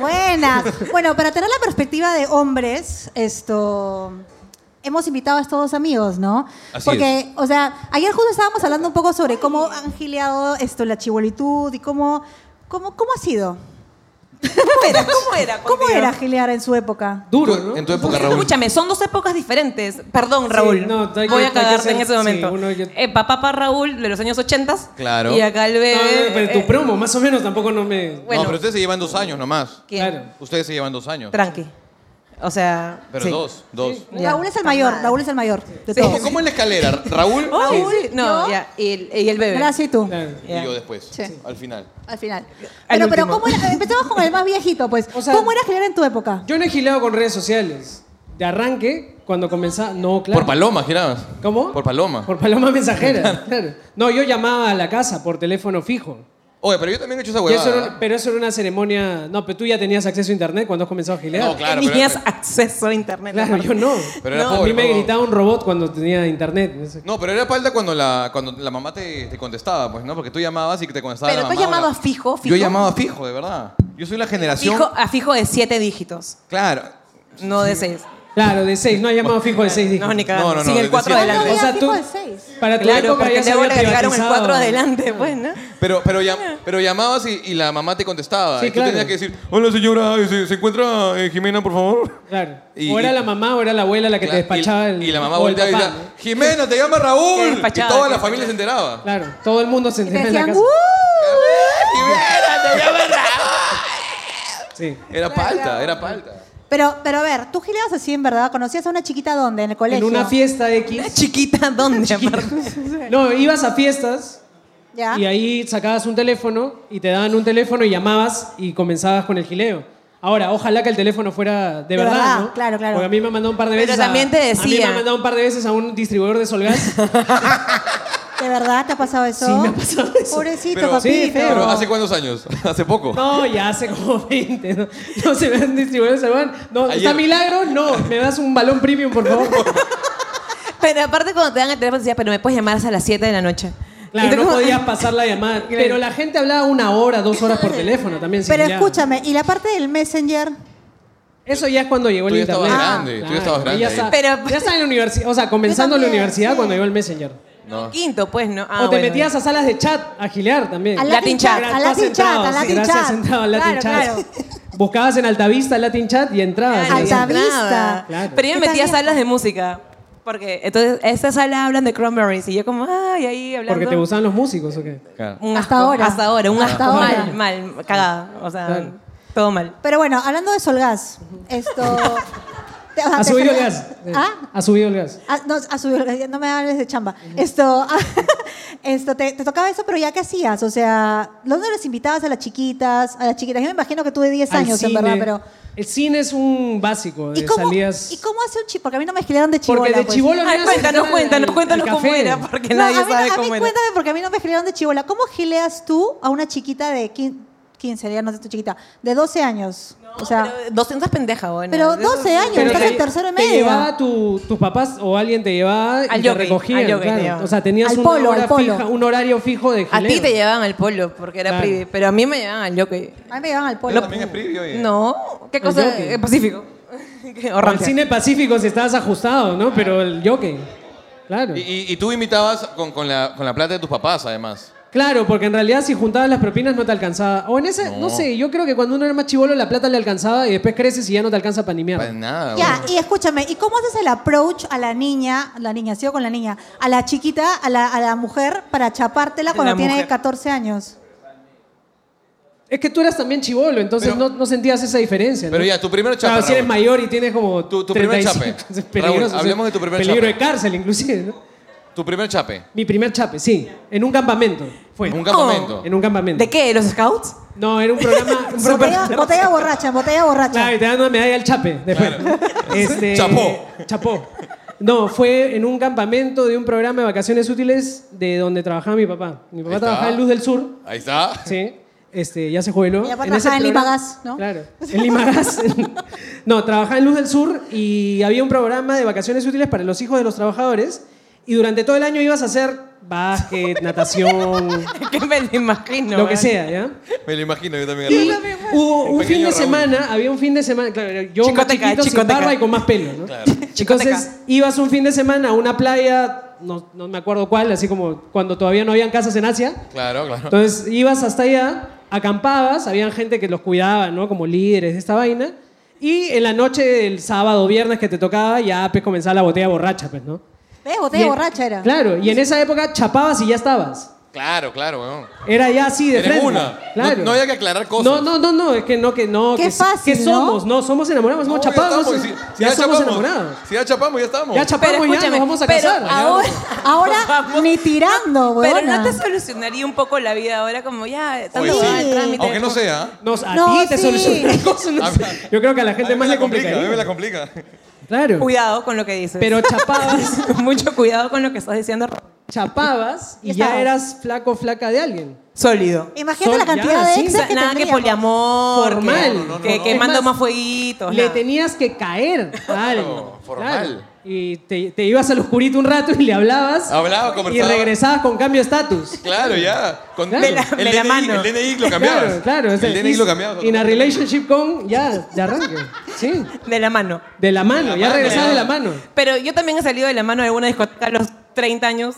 B: Buena. Bueno, para tener la perspectiva de hombres, esto. Hemos invitado a estos dos amigos, ¿no?
E: Así
B: Porque, o sea, ayer justo estábamos hablando un poco sobre cómo han gileado esto, la chibolitud y cómo, cómo, cómo ha sido.
C: ¿Cómo era? ¿Cómo era?
B: ¿Cómo
C: contigo?
B: era gilear en su época?
D: Duro,
E: Tú-
D: ¿no?
E: En tu época,
C: Porque,
E: Raúl.
C: Escúchame, son dos épocas diferentes. Perdón,
D: Sí,
C: Raúl.
D: no, hay que-
C: Voy
D: hay
C: a
D: que
C: cagarte
D: ser-
C: en ese
D: sí,
C: momento.
D: uno hay que-
C: Eh, papá pa, Raúl de los años 80.
E: Claro.
C: Y acá el bebé.
D: No, no, pero
C: eh,
D: tu promo, más o menos, tampoco no me...
C: bueno.
E: No, pero ustedes se llevan dos años nomás.
C: ¿quién?
D: Claro.
E: Ustedes se llevan dos años.
C: Tranqui. O sea.
E: Pero
C: sí.
E: dos, dos.
C: Ya.
B: Raúl es el mayor, Raúl es el mayor de todos.
E: ¿Cómo, cómo en la escalera? Raúl
C: Sí,
B: Raúl,
C: Oh, sí. No,
B: yo.
C: ya. Y el, y el bebé.
B: Gracias y tú.
D: Claro.
C: Ya.
E: y yo después,
B: Sí.
E: al final.
B: Al final. Pero, pero
C: último.
B: ¿cómo era? Empezamos con el más viejito, pues.
D: O sea-
B: ¿Cómo era escribir en tu época?
D: Yo no he gilado con redes sociales. De arranque, cuando comenzaba. No, claro.
E: Por paloma, girabas.
D: ¿Cómo?
E: Por paloma.
D: Por paloma mensajera. claro. No, yo llamaba a la casa por teléfono fijo.
E: Oye, pero yo también he hecho esa
D: Y eso era
E: huevada.
D: un- pero eso era una ceremonia. No, pero tú ya tenías acceso a internet cuando has comenzado a gilear.
E: No, claro, pero,
C: Tenías acceso a internet.
D: Claro, yo no.
E: Pero era
D: No, a
E: pobre,
D: mí me
E: pobre.
D: gritaba un robot cuando tenía internet. No sé.
E: no, pero era palta cuando la, cuando la mamá te, te contestaba, pues, ¿no? Porque tú llamabas y que te contestaba
C: Pero
E: la
C: tú has
E: mamá o la-
C: llamado a fijo, fijo.
E: Yo llamaba fijo, de verdad. Yo soy la generación...
C: Fijo, a fijo de siete dígitos,
E: Claro.
C: no de seis.
D: Claro, de 6, no ha llamado fijo de 6 dígitos.
C: No, ni
E: No,
C: cagando.
E: no, no,
C: Sin el
E: de
C: 4
E: siete.
C: adelante.
D: O sea,
B: Había
D: tú,
B: fijo de seis.
D: para tu
C: Claro,
D: época
C: porque
D: ya se
C: luego le
D: había
C: agregaron el
D: privatizado.
C: 4 adelante, pues, ¿no?
E: Pero, pero, llam- pero llamabas y, y la mamá te contestaba.
D: Sí,
E: y tú
D: claro.
E: tenías que decir, hola señora, ¿se, se encuentra eh, Jimena, por favor?
D: Claro.
E: Y-
D: o era la mamá o era la abuela la que
E: Claro,
D: te despachaba.
E: y,
D: el-
E: y la mamá
D: o el
E: volteaba y
D: papá,
E: decía, Jimena, te llama Raúl.
C: Que
E: Y
C: despachada,
E: toda
C: que
E: la familia
C: despachada.
E: se enteraba.
D: ¿no? Claro, todo el mundo
B: Y
D: se
B: te
D: enteraba en la
B: decían,
D: casa.
B: ¡uh!
E: Jimena, te llama Raúl.
B: "Uh"?
D: Sí.
E: Era palta, era palta.
B: Pero, pero a ver, tú gileabas así en verdad. ¿Conocías a una chiquita dónde? En el colegio.
D: En una fiesta X.
C: Una chiquita, ¿dónde? aparte?
D: No, ibas a fiestas
B: ¿Ya?
D: y ahí sacabas un teléfono y te daban un teléfono y llamabas y comenzabas con el gileo. Ahora, ojalá que el teléfono fuera de,
B: De
D: verdad,
B: verdad,
D: ¿no?
B: claro, claro.
D: Porque a mí me han mandado un par de
C: Pero
D: veces.
C: también
D: a,
C: te
D: A mí me
C: decía.
D: han mandado un par de veces a un distribuidor de Solgas.
B: ¿De verdad te ha pasado eso?
D: Sí, me ha pasado eso.
B: Pobrecito,
E: Pero-
B: papito.
D: Sí, feo.
E: Pero ¿hace cuántos años? ¿Hace poco?
D: No, ya hace como 20. No, no se me han distribuidor de Solgas. No,
E: Ayer.
D: ¿Está milagro? No, me das un balón premium, por favor.
C: Pero aparte cuando te dan el teléfono decía, pero me puedes llamar hasta las 7 de la noche. Y tú
D: Claro, no
C: como-
D: podías pasar la llamada. Pero la gente hablaba una hora, dos horas por teléfono también. sin
B: Pero
D: gilear.
B: escúchame, ¿y la parte del messenger?
D: Eso ya es cuando llegó
E: Tú
D: el
E: ya estabas
D: internet. Ah,
E: grande, tú ya estabas grande
D: Ya,
E: ahí.
D: está-
C: Pero-
D: ya estaba en la universidad, o sea, comenzando
B: Yo también,
D: la universidad
B: sí.
D: cuando llegó el Messenger.
E: No.
C: Quinto, pues, ¿no? Ah,
D: o te
C: bueno,
D: metías
C: ya.
D: a salas de chat a gilear también.
B: Al
C: Latin chat,
D: Gra-
B: a
D: tú has
B: Latin chat,
D: entrado,
B: a
D: sí,
B: Latin
D: Gracias,
B: chat.
D: entraba al Latin
B: Claro,
D: chat. Buscabas en Altavista el Latin chat y entrabas.
C: Claro,
D: ¿no?
B: Altavista.
C: entraba.
D: Claro.
C: Pero yo me
B: Está
C: metía a
B: bien.
C: salas de música. Porque entonces, esta sala hablan de Cranberries. Y yo como, ay, ahí hablando.
D: Porque te gustaban los músicos o qué.
E: Claro.
C: Un
B: Hasta
C: asco,
B: ahora.
C: Hasta ahora, un
B: Hasta
C: asco.
B: ahora.
C: Mal, mal, cagada. O sea,
D: Claro.
C: todo mal.
B: Pero bueno, hablando de Solgas, esto. te- o sea,
D: Ha
B: te-
D: subido el gas.
B: ¿Ah?
D: Ha subido el gas.
B: Ah, no, ha subido el gas, ya no me hables de chamba. Esto, esto te, te tocaba eso, pero ya qué hacías? O sea, ¿dónde les invitabas a las chiquitas? A las chiquitas. Yo me imagino que tú de 10
D: Al
B: años,
D: cine.
B: en verdad, pero.
D: El cine es un básico de
B: ¿Y cómo,
D: salidas.
B: ¿Y cómo hace un chico? Porque a mí no me esquilaron de chivola.
D: Porque de
B: pues.
D: chibola
C: Ay, cuéntanos, cuéntanos, cuéntanos cómo era. Porque
B: No,
C: nadie
B: a mí, no-
C: sabe
B: a mí
C: cómo era.
B: cuéntame, porque a mí no me esquilaron de chivola. ¿Cómo gileas tú a una chiquita de quin- 15, ya no sé tu chiquita, de 12 años? o sea,
C: Pero 200 pendeja, bueno.
B: Pero
C: Eso-
B: 12 años,
D: Pero
B: estás
D: te-
B: en tercero y
D: Te
B: medio.
D: llevaba tu- tus papás o alguien te llevaba
C: Al
D: y te
C: jockey,
D: recogían.
C: al jockey te
D: claro.
C: llevaba.
D: o sea, tenías
B: Al
D: una
B: polo,
D: hora
B: al polo.
D: fija, un horario fijo de
C: A ti
D: jaleo.
C: te llevaban al polo porque era
D: Claro.
C: privi, pero a mí me llevaban al jockey.
B: A mí me llevan al
E: Pero
B: pueblo.
E: también es privio, oye.
C: No, ¿qué
D: Al
C: cosa?
D: jockey.
C: Eh, Pacífico. o
D: O al
C: Rancia.
D: cine pacífico si estabas ajustado, ¿no? Pero el jockey. Claro.
E: Y, y- y tú imitabas con, con la, con la plata de tus papás, además.
D: Claro, porque en realidad si juntabas las propinas no te alcanzaba. O en ese, no,
E: No.
D: sé, yo creo que cuando uno era más chivolo la plata le alcanzaba y después creces y ya no te alcanza para ni mierda.
E: Para nada.
B: Ya,
E: Ah, bueno.
B: y escúchame, ¿y cómo haces el approach a la niña, la niña, sigo con la niña, a la chiquita, a la, a la mujer, para chapártela cuando
C: La
B: tiene
C: mujer.
B: 14 años?
D: Es que tú eras también chivolo, entonces
E: Pero-
D: no, no sentías esa diferencia. ¿no?
E: Pero ya, tu primer chape,
D: Claro, si eres
E: Raúl.
D: mayor y tienes como.
E: Tu- tu primer chape.
D: es peligroso,
E: Raúl,
D: o sea,
E: hablemos de tu primer
D: Peligro
E: chape.
D: de cárcel, inclusive, ¿no?
E: Tu primer chape.
D: Mi primer chape, sí. En un campamento. Fue.
E: En un campamento.
D: En un campamento.
C: ¿De qué? ¿Los scouts?
D: No, era un programa. un programa-
B: Botella, botella borracha, botella borracha.
D: Claro, y te dan una medalla al chape después. Este,
E: Chapó.
D: Chapó. No, fue en un campamento de un programa de vacaciones útiles de donde trabajaba mi papá. Mi papá
E: Ahí está.
D: trabajaba en Luz del Sur,
E: Ahí está.
D: sí. Este, ya se jubiló.
B: Mi papá
D: ese
B: trabajaba en
D: programa-
B: Limagas, ¿no?
D: Claro, en Limagas. no, trabajaba en Luz del Sur y había un programa de vacaciones útiles para los hijos de los trabajadores y durante todo el año ibas a hacer básquet, natación,
C: ¿Qué me lo imagino?
D: lo que
C: man.
D: sea, ¿ya?
E: Me lo imagino yo también.
D: Y
E: Raúl.
D: hubo un
E: pequeño
D: fin de
E: Raúl.
D: semana, había un fin de semana, claro, yo más
C: Chicoteca,
D: chiquito, sin
C: chicoteca.
D: barba y con más pelo, ¿no?
E: Claro.
D: Entonces, ibas un fin de semana a una playa, no, no me acuerdo cuál, así como cuando todavía no habían casas en Asia.
E: Claro, claro.
D: Entonces, ibas hasta allá, acampabas, había gente que los cuidaba, ¿no? Como líderes de esta vaina. Y en la noche del sábado, viernes que te tocaba, ya pues comenzaba la botella borracha, pues, ¿no?
B: ¿Ves? Botella
D: Y en-
B: borracha era.
D: Claro, y en esa época chapabas y ya estabas.
E: Claro, claro, weón.
D: Era ya así de
E: Eres
D: frente.
E: una. No-
D: Claro.
E: no había que aclarar cosas.
D: No, no, no, no, es que no, que no.
B: Qué
D: que,
B: fácil,
D: que
B: ¿no?
D: somos, no, somos enamorados, somos
E: No,
D: chapados.
E: estamos, si, si
D: ya, somos
E: chapamos,
D: enamorados.
E: Si ya chapamos, ya estamos.
D: Ya chapamos,
C: Pero
D: ya
C: escúchame,
D: nos vamos a
C: pero
D: casar. ya.
C: ahora-
B: Ahora ni tirando,
C: Pero
B: huevona.
C: no te solucionaría un poco la vida ahora, como ya,
E: Oye,
C: tanto va
E: Pues sí.
C: el trámite.
E: Aunque no sea.
D: Nos, a
B: No,
D: ti te
B: sí.
D: soluciona la cosa, no
E: A
D: sé.
E: ver.
D: Yo creo que a la gente
E: A mí
D: más
E: me
D: le ¿eh?
E: la complica, a mí me
D: complicaría.
E: la complica.
D: Claro.
C: Cuidado con lo que dices.
D: Pero chapabas,
C: Mucho cuidado con lo que estás diciendo.
D: chapabas y
B: Ya
D: ya
B: estabas.
D: eras flaco, flaca de alguien.
C: Sólido.
B: Imagínate
D: Sol,
B: la cantidad
D: ya,
B: de
D: sí.
B: exes
C: O sea,
B: que
C: nada que
B: tendríamos.
C: poliamor.
D: Formal.
C: que-
D: No, no,
E: no,
C: que
E: no.
C: que
D: Es
C: manda
D: más,
C: más fueguitos.
D: Le
C: nada.
D: tenías que caer algo.
E: Oh, formal.
D: claro. Y te, te ibas al oscurito un rato y le hablabas.
E: Hablaba,
D: y
E: conversaba.
D: regresabas con cambio de estatus.
E: Claro, ya. Con
D: Claro.
E: el,
D: Me la-
C: me la
E: DNI,
C: mano.
E: el DNI lo cambiabas.
D: Claro, claro. o sea,
E: El DNI
D: is-
E: lo cambiabas.
D: In a relationship con, ya, de arranque. Sí.
C: De la mano.
D: De la mano,
E: De la
D: ya
E: mano,
D: regresabas
E: ya.
D: de la mano.
C: Pero yo también he salido de la mano de alguna discoteca a los 30 años.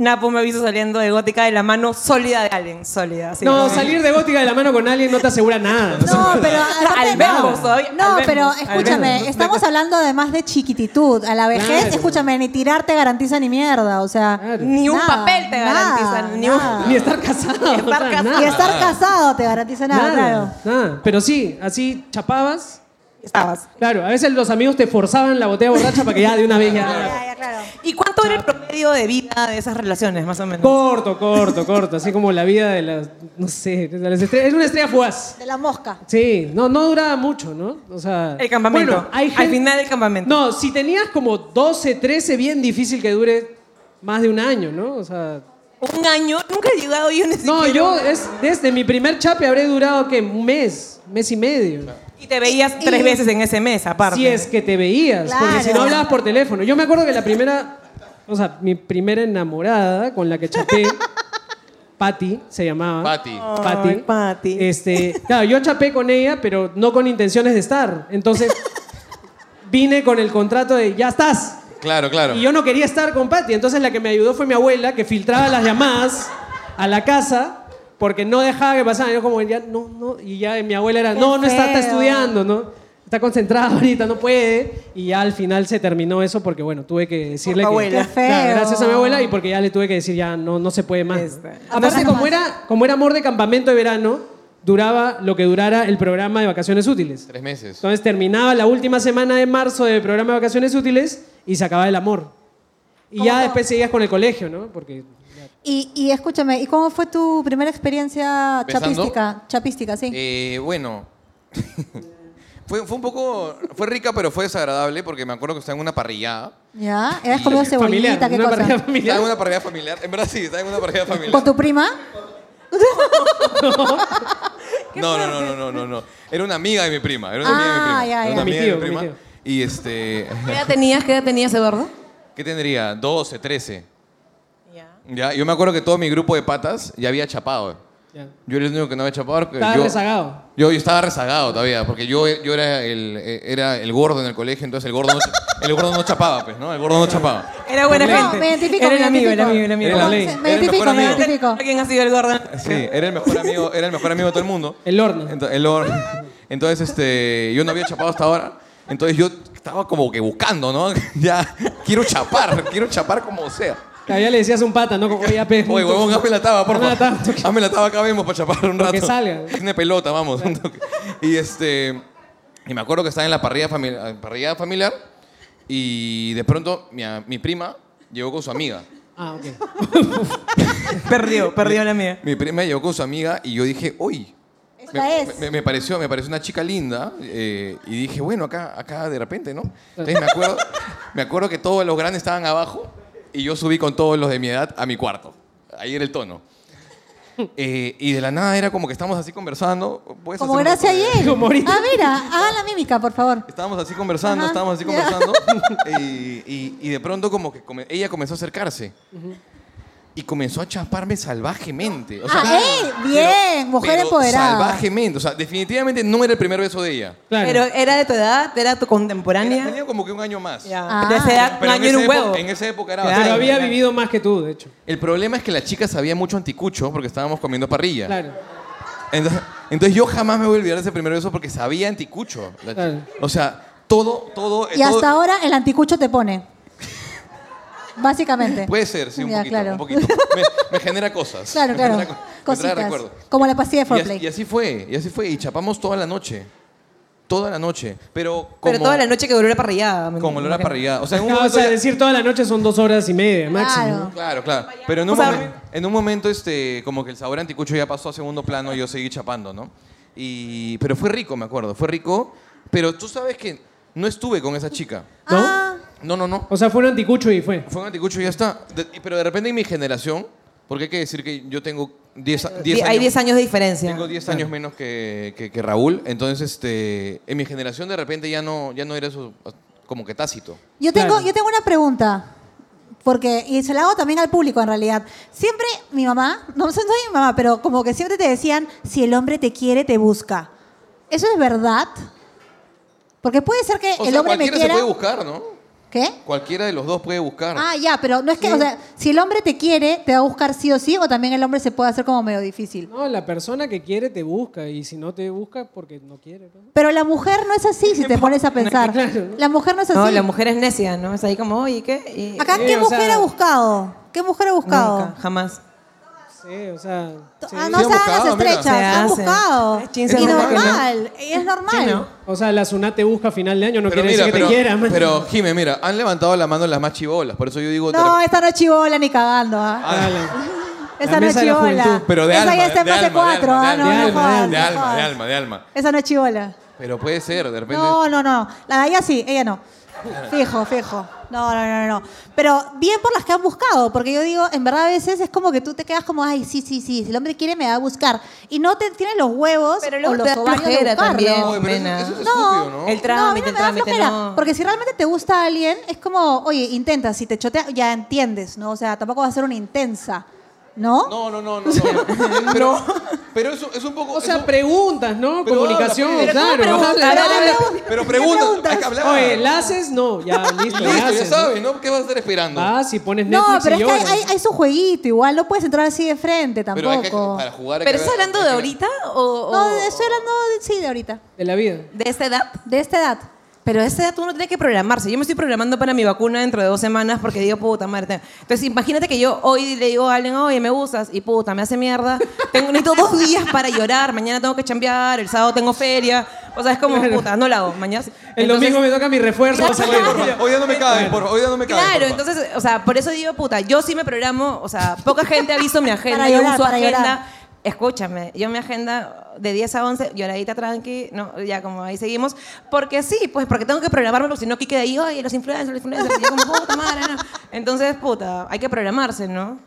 C: Napo me visto saliendo de gótica de la mano sólida de alguien. Sólida. sí.
D: no, salir de gótica de la mano con alguien no te asegura nada.
B: No, pero aparte-
C: al vemos todavía,
B: No,
C: al
B: pero
C: vemos, al
B: escúchame,
C: vemos.
B: estamos hablando además de chiquititud, a la vejez,
D: Claro.
B: escúchame, ni tirarte garantiza ni mierda, o sea,
D: Claro.
C: Ni un
B: nada,
C: papel te
B: nada,
C: garantiza. Ni un...
B: nada.
D: Ni estar casado.
C: Estar
D: o sea,
C: casado.
D: nada.
B: Y estar casado te garantiza nada,
D: Nada,
B: claro.
D: nada. Pero sí, así chapabas.
C: Estabas.
D: Claro, a veces los amigos te forzaban la botella borracha para que ya de una vez ya.
C: ¿Y cuánto era el promedio de vida de esas relaciones, más o menos?
D: Corto, corto, corto. Así como la vida de las. No sé. de las estrellas. Era una estrella fugaz.
B: De la mosca.
D: Sí, no, no duraba mucho, ¿no? O sea.
C: El campamento.
D: bueno, hay
C: Al
D: gente-
C: final del campamento.
D: No, si tenías como 12, 13, bien difícil que dure más de un año, ¿no? O sea.
C: Un año. Nunca he llegado yo ni
D: No,
C: siquiera.
D: yo es, desde mi primer chape habré durado, ¿qué? Un mes, mes y medio.
C: Y te veías
B: Y-
C: tres veces en ese mes, aparte.
D: Si es que te veías, porque
B: Claro.
D: si no hablabas por teléfono. Yo me acuerdo que la primera, o sea, mi primera enamorada con la que chapé, Patty se llamaba.
E: Patty.
D: Patty.
C: Ay, Patty.
D: Este, claro, yo chapé con ella, pero no con intenciones de estar. Entonces vine con el contrato de ya estás.
E: Claro, claro.
D: Y yo no quería estar con Patty. Entonces la que me ayudó fue mi abuela, que filtraba las llamadas a la casa porque no dejaba que pasaran. Yo como, ya, no, no. Y ya mi abuela era,
B: Qué
D: no, no está, está
B: feo.
D: estudiando, ¿no? Está concentrada ahorita, no puede. Y ya al final se terminó eso porque, bueno, tuve que decirle
C: tu
D: que...
C: abuela.
B: Qué feo.
D: Claro, gracias a mi abuela y porque ya le tuve que decir, ya no, no se puede más.
C: Este.
D: Aparte,
B: Aparte
D: como
B: nomás.
D: era, como era amor de campamento de verano, duraba lo que durara el programa de vacaciones útiles.
E: Tres meses.
D: Entonces terminaba la última semana de marzo del programa de vacaciones útiles y se acababa el amor. Y
B: ¿Cómo
D: ya
B: todo?
D: después seguías con el colegio, ¿no? Porque
B: Y, y escúchame, ¿y cómo fue tu primera experiencia
E: ¿Besando?
B: chapística? Chapística, sí.
E: Eh, bueno. fue, fue un poco. Fue rica, pero fue desagradable porque me acuerdo que estaba en una parrillada.
B: ¿Ya? ¿Eras comido
D: familiar,
B: cebollita? ¿Qué
D: una
B: cosa?
D: pareja
E: Estaba en
D: familiar.
E: una parrillada familiar. En verdad sí, estaba en una parrillada familiar.
B: ¿Con tu prima?
E: No, no, no, no, no, no, no. Era una amiga de mi prima. Era una amiga de mi prima.
B: Ah, ya,
E: Era
B: ya.
E: una
D: Mi
E: amiga
D: tío,
E: de
D: mi
E: mi prima.
D: tío.
E: Y este.
C: ¿Qué edad tenías? ¿Qué edad tenías, Eduardo?
E: ¿Qué tendría? 12, 13. Ya, yo me acuerdo que todo mi grupo de patas ya había chapado.
D: Ya.
E: Yo era el único que no había chapado. porque
D: Estaba
E: yo,
D: rezagado.
E: Yo, yo estaba rezagado todavía, porque yo, yo era, el, eh, era el gordo en el colegio, entonces el gordo no, cha- el gordo no chapaba, pues, ¿no? El gordo no chapaba.
C: Era buena
B: No,
C: gente.
B: me identifico,
C: Era el
B: me
C: amigo, el
B: identifico.
C: amigo, el amigo.
E: Era la
D: ley.
B: Me
E: Era el
B: identifico,
E: mejor
B: me
E: amigo.
B: identifico.
C: ¿Quién ha sido el gordo?
E: Sí, era el mejor amigo, era el mejor amigo de todo el mundo.
D: El horno.
E: Ento- el horno. Entonces, este, yo no había chapado hasta ahora. Entonces yo estaba como que buscando, ¿no? Ya, quiero chapar, quiero chapar como sea.
D: Claro, ya le decías a un pata, ¿no? Como, Oye, ape,
E: Oye,
D: juntos".
E: huevón, hazme la taba, por
D: Hazme la
E: favor.
D: taba.
E: Hazme la taba acá mismo para chapar un
D: Para
E: rato.
D: que salga.
E: Tiene pelota, vamos. un toque. y este. Y me acuerdo que estaba en la parrilla, familiar parrilla familiar y de pronto mi, a- mi prima llegó con su amiga.
D: Ah, ok.
C: Perdió, perdió la mía.
E: Mi prima llegó con su amiga y yo dije, uy,
B: Esta
E: me,
B: es.
E: me- me pareció, me pareció una chica linda eh, y dije, bueno, acá, acá de repente, ¿no? Entonces me acuerdo, me acuerdo que todos los grandes estaban abajo y yo subí con todos los de mi edad a mi cuarto. Ahí era el tono. Eh, y de la nada era como que estamos así conversando. ¿puedes
B: Como
E: hacer un
B: gracias a
E: poco de-
B: él.
D: Como ahorita.
B: Ah, mira, hagan la mímica, por favor.
E: Estábamos así conversando,
B: Ajá.
E: estábamos así
B: Ya.
E: conversando. y, y- y de pronto como que come- ella comenzó a acercarse. Y comenzó a chaparme salvajemente. O sea,
B: Ah, ¡eh! Bien, mujer
E: pero
B: empoderada.
E: Salvajemente. O sea, definitivamente no era el primer beso de ella.
D: Claro.
C: Pero era de tu edad, era tu
E: Era-
C: contemporánea.
E: tenía como que un año más.
C: Ya.
B: Ah.
C: Pero a esa edad,
E: Pero
C: no
E: en,
C: era
E: esa
C: un huevo.
E: época, en esa época era
C: Claro.
E: bastante.
D: Pero había vivido más que tú, de hecho.
E: El problema es que la chica sabía mucho anticucho porque estábamos comiendo parrilla.
D: Claro.
E: Entonces, entonces yo jamás me voy a olvidar de ese primer beso porque sabía anticucho. la chica.
D: Claro.
E: O sea, todo, todo.
B: Y
E: todo-
B: hasta ahora el anticucho te pone. Básicamente.
E: Puede ser, sí, un
B: Ya,
E: poquito.
B: claro.
E: un poquito. Me, me genera cosas.
B: Claro,
E: Me
B: claro.
E: genera co- me trae
B: Cositas.
E: recuerdos.
B: Como la pastilla de
E: Y as-
B: foreplay.
E: Y, así fue, y así fue. Y chapamos toda la noche. Toda la noche. Pero como,
C: Pero toda la noche que duró la parrillada. me-
E: Como lo era
C: me-
E: parrillada. O sea, en un
D: Ah, o
E: momento
D: sea,
E: ya-
D: decir toda la noche son dos horas y media, máximo.
B: Claro.
E: Claro, claro. Pero en un,
C: O sea-
E: momen- en un momento, este, como que el sabor anticucho ya pasó a segundo plano y yo seguí chapando, ¿no? Y, pero fue rico, me acuerdo. Fue rico. Pero tú sabes que no estuve con esa chica.
D: ¿No?
B: Ah,
E: No, no, no.
D: O sea, fue un anticucho y fue.
E: Fue un anticucho y ya está. De- pero de repente en mi generación, porque hay que decir que yo tengo 10 a- 10
C: Di-
E: años.
C: Hay 10 años de diferencia.
E: Tengo 10 años menos que, que- que Raúl, entonces este, en mi generación de repente ya no, ya no era eso como que tácito.
B: Yo tengo,
D: Claro.
B: yo tengo una pregunta. Porque, y se la hago también al público en realidad. Siempre mi mamá, no sé, no soy mi mamá, pero como que siempre te decían, si el hombre te quiere, te busca. ¿Eso es verdad? Porque puede ser que
E: O
B: Eh, el
E: sea,
B: hombre me
E: cualquiera
B: quiera.
E: se puede buscar, ¿no?
B: ¿Qué?
E: Cualquiera de los dos puede buscar.
B: Ah, ya, pero no es que, o sea, si el hombre te quiere, te va a buscar sí o sí, o también el hombre se puede hacer como medio difícil.
D: No, la persona que quiere te busca y si no te busca porque no quiere. ¿no?
B: Pero la mujer no es así, si te pones a pensar.
D: Claro.
B: La mujer no es así.
C: No, la mujer es necia, ¿no? Es ahí como, oye, ¿qué? Y- eh,
B: Acá,
D: Sí,
B: ¿qué
D: o
B: mujer
D: sea-
B: ha buscado? ¿Qué mujer ha buscado?
C: Nunca, jamás.
D: Sí, o sea. sí.
B: Ah, no
E: Sí,
B: se hagan
E: han
B: las
E: buscado, mira.
B: estrechas,
E: Se
B: han
C: hacen.
B: buscado.
C: Es chin,
B: Y
C: se
E: busca,
B: normal, y es normal.
C: Sí, ¿no?
D: O sea, la Sunat te busca a final de año, no
E: pero
D: quiere
E: mira,
D: decir que
E: pero,
D: te quiera. man.
E: pero Jime, mira, han levantado la mano las más chibolas, por eso yo digo... de
B: No,
E: repente-
B: esta no es chivola ni cagando, ¿ah?
E: Ah,
B: Esa no es
D: mesa de la
B: chivola.
D: juventud,
E: pero de
B: Esa
E: alma,
B: ya está en
E: de
B: fase
E: alma, de
B: 4,
E: alma,
B: ¿ah? No,
D: de
B: no
D: alma,
B: jodas,
E: de
B: no
E: alma, de
B: jodas.
E: alma, de alma.
B: Esa no es chivola.
E: Pero puede ser, de repente...
B: No, no, no. La de ella sí, ella no. Fijo, fijo. No, no, no, no. Pero bien por las que han buscado, porque yo digo, en verdad a veces es como que tú te quedas como, ay, sí, sí, sí, si el hombre quiere me va a buscar. Y no te tienes los huevos
C: Pero
B: o
C: luego
B: los
C: te da
B: ovarios de
C: flojera
B: buscarlo.
C: también.
E: Oye, pero eso,
C: Mena.
E: eso es
B: No.
E: estúpido, ¿no?
C: El
B: No, a mí
C: trámite,
B: no me
C: el
B: da
C: trámite,
B: flojera,
C: no.
B: Porque si realmente te gusta a alguien, es como, oye, intenta, si te chotea, ya entiendes, ¿no? O sea, tampoco va a ser una intensa, ¿no?
E: No, no, no, no, no. Pero, pero eso es un poco...
D: O
E: eso-
D: sea, preguntas, ¿no?
E: Pero
D: Comunicación,
E: habla, pero-
D: claro.
C: preguntas?
D: habla,
C: A ver, a ver.
D: habla.
E: pero
B: ¿qué
E: pregunta,
B: preguntas?
E: hay que hablar.
D: Oye, ¿la haces? No, ya, Ah, listo,
E: Listo,
D: la
E: ya
D: haces.
E: sabes, ¿no? ¿Qué vas a estar esperando?
D: Vas y pones
B: No,
D: Netflix
B: pero
D: y
B: es que hay,
D: lloras.
B: hay- hay su jueguito, igual no puedes entrar así de frente
E: Pero hay que,
B: tampoco.
E: para jugar hay que
F: ¿Pero estás
E: ver-
F: hablando
E: hay
F: de
E: que-
F: ahorita o, o-
B: No, estoy hablando, de- sí, de ahorita,
D: De la vida.
F: de esta edad?
B: de esta edad.
C: Pero a esa edad uno tiene que programarse. Yo me estoy programando para mi vacuna dentro de dos semanas porque digo, puta madre. tengo- Entonces, imagínate que yo hoy le digo a alguien, oye, me usas, y puta, me hace mierda. Tengo, necesito dos días para llorar. Mañana tengo que chambear, el sábado tengo feria. O sea, es como, puta, no la hago. Mañana.
D: El
C: Entonces-
D: domingo me toca mi refuerzo.
C: Claro.
D: o sea,
E: Oye, porfa, hoy ya no me caben, por hoy ya no me caben.
C: Claro,
E: porfa.
C: entonces, o sea, por eso digo, puta, yo sí me programo, o sea, poca gente ha visto mi agenda,
B: Para
C: yo
B: llorar,
C: uso
B: para
C: agenda.
B: llorar.
C: Escúchame, yo mi agenda de 10 a 11, lloradita tranqui, no, ya como ahí seguimos, porque sí, pues porque tengo que programarme, porque si no, Kike de ahí, oye, los influencers, los influencers, y yo como, puta madre, no. Entonces, puta, hay que programarse, ¿no?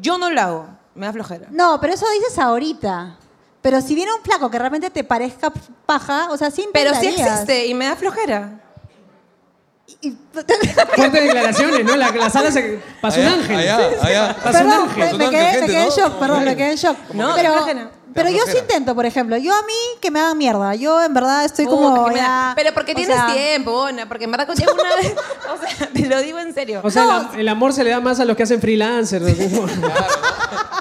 C: Yo no lo hago, me da flojera.
B: No, pero eso dices ahorita. Pero si viene un flaco que realmente te parezca paja, o sea, sí
C: Pero sí
B: intentarías.
C: existe y me da flojera.
B: Y-
D: Fuertes declaraciones, ¿no? La, la sala se. Pasó un
E: Allá,
D: ángel.
E: allá, allá.
D: Pasó un
B: Perdón,
D: ángel.
B: me,
E: Son
B: me
E: ángel,
B: quedé, me
E: gente,
B: quedé en
E: ¿no?
B: shock,
E: Como
B: perdón, me
E: ángel.
B: quedé en shock.
C: No,
B: pero,
C: qué flojera.
B: pero
E: Qué
B: yo sí
E: flojera.
B: intento, por ejemplo. Yo a mí que me hagan mierda. Yo en verdad estoy
C: Puta,
B: como.
C: que me da-
B: ya,
F: Pero porque
B: o
F: tienes
B: sea,
F: tiempo, Bona, porque en verdad contigo una vez, o sea, te lo digo en serio.
D: O sea, el am- el, amor se le da más a los que hacen freelancer. ¿no?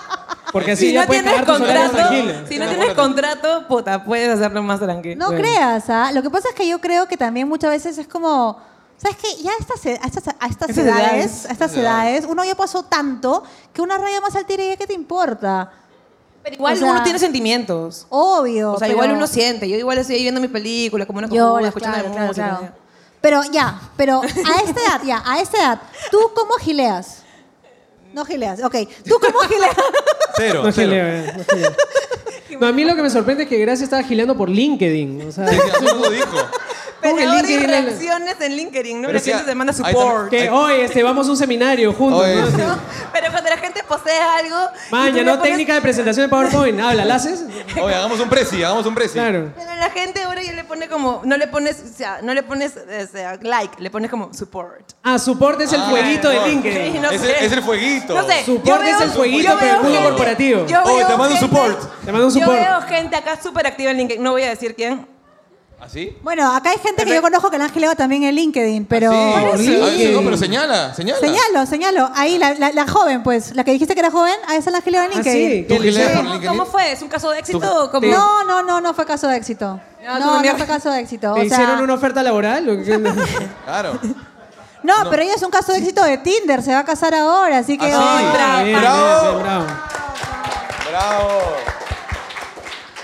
D: Porque así
C: si
D: ya
C: no
D: puedes
C: tienes
D: pagar tus horarios
C: contrato,
D: tranquilos.
C: si no tienes contrato, puta, puedes hacerlo más tranquilo.
B: No
D: Claro.
B: creas, ¿ah? Lo que pasa es que yo creo que también muchas veces es como. ¿Sabes qué? Ya a estas, ed- a estas, a estas
C: Estas
B: edades,
C: edades.
B: a estas edades, uno ya pasó tanto que una raya más alta y ya que te importa.
C: Pero igual
B: O sea,
C: Pues uno tiene sentimientos.
B: Obvio.
C: O sea,
B: pero-
C: igual uno siente. Yo igual estoy ahí viendo mis películas, como una
B: Yo,
C: cojuda, escuchando
B: claro,
C: la
B: claro,
C: música.
B: claro. Pero ya, pero a esta edad, ya, a esta edad, ¿tú cómo gileas? No gileas, ok. ¿Tú cómo gileas?
E: Cero,
D: No
E: cero.
D: gileo, eh, no gileo. No, a mí lo que me sorprende es que Gracia estaba gileando por LinkedIn. O sea,
E: Sí, sí, así lo dijo.
D: ¿cómo que
C: Pero ahora hay
D: LinkedIn es la-
C: reacciones en LinkedIn, ¿no?
E: Pero
C: La
E: sí,
C: gente te manda
E: ahí también-
C: support.
D: que hoy este, vamos a un seminario juntos.
E: Oye,
D: ¿no?
E: sí.
C: Pero cuando la gente posea algo... y tú
D: Maña,
C: le
D: ¿no?
C: pones-
D: Técnica de presentación de PowerPoint. Habla, ¿la haces?
E: Oye, hagamos un presi, hagamos un presi.
D: Claro.
C: Pero la gente ahora ya le pone como... No le pones, o sea, no le pones o sea, like, le pones como support.
D: Ah, soporte es el
E: Ah,
D: jueguito de
E: no.
D: LinkedIn.
C: Sí, no
E: es,
C: sé.
E: el, es el fueguito.
C: No sé.
D: Support
C: yo veo-
D: es el jueguito,
C: yo
D: pero el
C: veo
D: mundo
C: gente-
D: corporativo.
C: yo
E: Oye,
C: veo
E: te mando
C: gente-
E: support.
D: Te mando un
C: Yo
D: support.
C: veo gente acá súper activa en LinkedIn. No voy a decir quién.
E: ¿Así?
B: Bueno, acá hay gente que yo conozco que la han gileado también en LinkedIn, pero.
E: ¿Así?
D: Sí.
E: Ah, sí, no, pero señala, señala.
B: Señalo, señalo. Ahí, la, la- la joven, pues, la que dijiste que era joven, a esa la han gileado en
D: Ah,
B: LinkedIn.
D: sí.
E: ¿Tú gileas por
C: ¿Cómo,
E: LinkedIn?
C: cómo fue? ¿Es un caso de éxito o cómo?
B: No, no, no, no fue caso de éxito.
C: No,
B: No, no
C: mierda.
B: fue caso de éxito.
D: ¿Te
B: O sea,
D: hicieron una oferta laboral? o qué?
E: Claro.
B: No, pero ella es un caso de éxito de Tinder, se va a casar ahora, así que...
E: Ah, sí.
B: otra.
E: Bravo.
D: bien, bien,
E: Bravo.
D: bien, bravo.
E: ¡Bravo!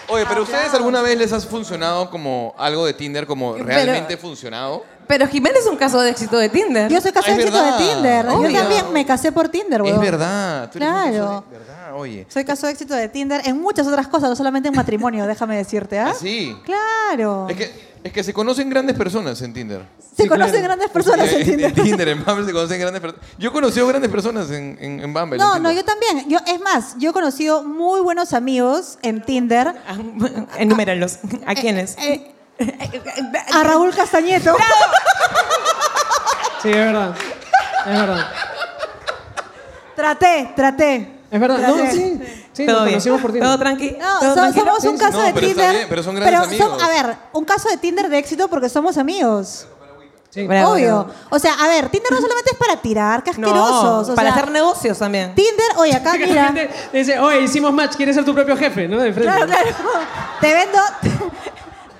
E: Oye, pero ¿ustedes alguna vez les ha funcionado como algo de Tinder, como
F: Pero-
E: realmente funcionado?
F: Pero Jimena es un caso de éxito de Tinder.
B: Yo soy caso
E: Ah, es
B: de éxito
E: verdad.
B: de Tinder.
E: Obvio.
B: Yo también me casé por Tinder,
E: Es
B: weón.
E: verdad. tú eres un caso
B: Claro.
E: de- verdad, oye.
B: Soy caso de éxito de Tinder en muchas otras cosas, no solamente en matrimonio, déjame decirte, ¿ah?
E: Ah, sí.
B: Claro.
E: Es que, es que se conocen grandes personas en Tinder.
B: Se
D: sí,
B: conocen
D: claro.
B: grandes personas en Tinder.
E: en Bumble se conocen grandes personas. Yo he conocido grandes personas en, en, en Bumble.
B: No,
E: pues, en
B: no, yo
E: Tinder.
B: también. Yo, es más, yo he conocido muy buenos amigos en Tinder.
C: Ah, Enuméralos. ¿A quiénes?
B: Eh, a Raúl Castañeto.
D: Sí, es verdad. Es verdad.
B: Traté, traté.
D: Es verdad. No,
B: Traté.
D: sí. Sí,
C: Todo
D: nos
C: bien.
D: conocimos por Tinder.
C: Todo tranqui.
B: No,
C: todo
B: so-
C: tranquilo.
B: somos un caso
E: No,
B: de
E: pero está
B: Tinder.
E: bien, pero son grandes
B: pero som-
E: amigos.
B: a ver, un caso de Tinder de éxito porque somos amigos.
D: Sí.
C: Bravo,
B: Obvio.
C: bravo.
B: O sea, a ver, Tinder no solamente es para tirar, casquerosos.
C: para hacer
B: hacer
C: negocios también.
B: Tinder, oye, acá,
D: Que
B: mira.
D: la gente le dice, oye, hicimos match, quieres ser tu propio jefe, ¿no? De frente.
B: Claro, claro. Te vendo.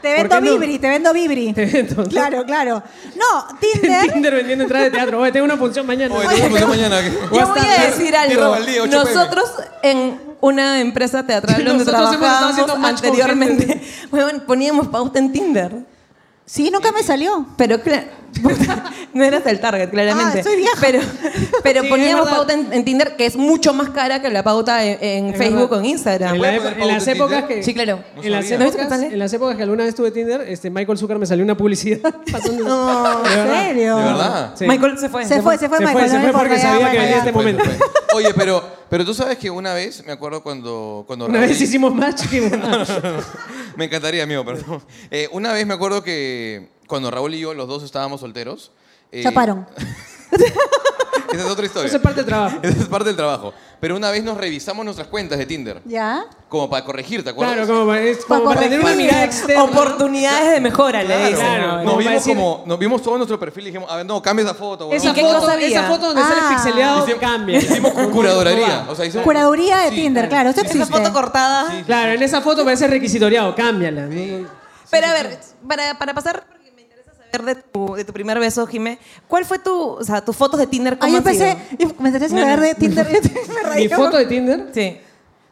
B: Te
D: ¿Por
B: vendo
D: qué no?
B: Vibri, te vendo Vibri.
D: Te vendo, ¿no?
B: Claro, claro. No,
D: En
B: Tinder.
D: Tinder vendiendo entradas de teatro. Oye, tengo una función mañana.
E: Oye, tenemos una mañana. que-
F: Yo voy a decir
E: Tierra
F: algo.
E: Baldía, 8 pm.
F: Nosotros en una empresa teatral donde
D: Nosotros hemos estado
F: trabajábamos
D: haciendo match con
F: anteriormente, huevón, poníamos pauta en Tinder.
B: Sí, nunca me salió.
F: Pero cla- puta, no eras el target, claramente.
B: Ah, soy vieja.
F: Pero, pero
D: Sí, es
F: poníamos
D: verdad.
F: pauta en, en Tinder, que es mucho más cara que la pauta en, en
D: Es
F: Facebook
D: verdad.
F: o en Instagram.
D: En,
E: ¿Puedes
D: la
E: poner
D: época- en
E: pausa
D: las
E: en
D: épocas
E: Tinder?
D: que.
F: Sí, claro.
E: No
D: en, las
E: sabía. ¿No
F: viste que
D: épocas,
F: sale?
D: en las épocas que alguna vez tuve Tinder, este, Michael Zucker me salió una publicidad pasando.
B: No,
D: De
B: en
D: verdad.
B: serio.
E: ¿De verdad?
D: Sí.
C: Michael se fue.
B: Se fue, se fue,
D: Se
B: Michael.
D: fue, se
B: no
D: fue
B: me
D: porque
B: importa,
D: sabía
B: ya,
D: que
B: bueno,
D: venía
B: ya.
D: este
E: Fue,
D: momento.
E: fue, fue. Oye, pero, pero tú sabes que una vez, me acuerdo cuando... cuando
D: Una
E: Raúl-
D: vez hicimos match. y-
E: Me encantaría, amigo, perdón. Eh, una vez me acuerdo que cuando Raúl y yo, los dos estábamos solteros. eh,
B: Chaparon.
E: Esa es otra historia.
D: Eso es parte del trabajo.
E: Esa es parte del trabajo. Pero una vez nos revisamos nuestras cuentas de Tinder.
B: ¿Ya?
E: Como para corregir, ¿te acuerdas?
D: Claro, como, para- es como
B: Para
D: para tener una
B: corregir.
D: mirada externa.
C: Oportunidades de mejora, le dicen.
D: Claro.
C: ahora.
D: como
E: Nos
D: para
E: vimos,
D: decir-
E: como, nos vimos todo nuestro perfil y dijimos, a ver, no, cambia esa foto. weón.
D: Esa
F: ¿Y qué
D: foto,
F: cosa había?
D: esa foto donde
B: Ah.
D: sales pixeleado
E: Hicimos-
D: cambia.
E: Hicimos cu- curadoraría. O sea, hicimos-
B: Curaduría de
E: Sí.
B: Tinder, claro. Esto existe.
C: Esa foto cortada.
D: Claro, en esa foto parece requisitoriado, cámbiala. ¿no?
F: Pero a ver, para, para pasar, porque me interesa saber de tu, de tu primer beso, Jimé, ¿cuál fue tu, o sea, tus fotos de Tinder?
B: Ah,
F: ¿Cómo
B: yo
F: han
B: empecé,
F: sido?
B: y me empecé a saber de Tinder. me reí
D: ¿Mi
B: como-
D: foto de Tinder?
F: Sí.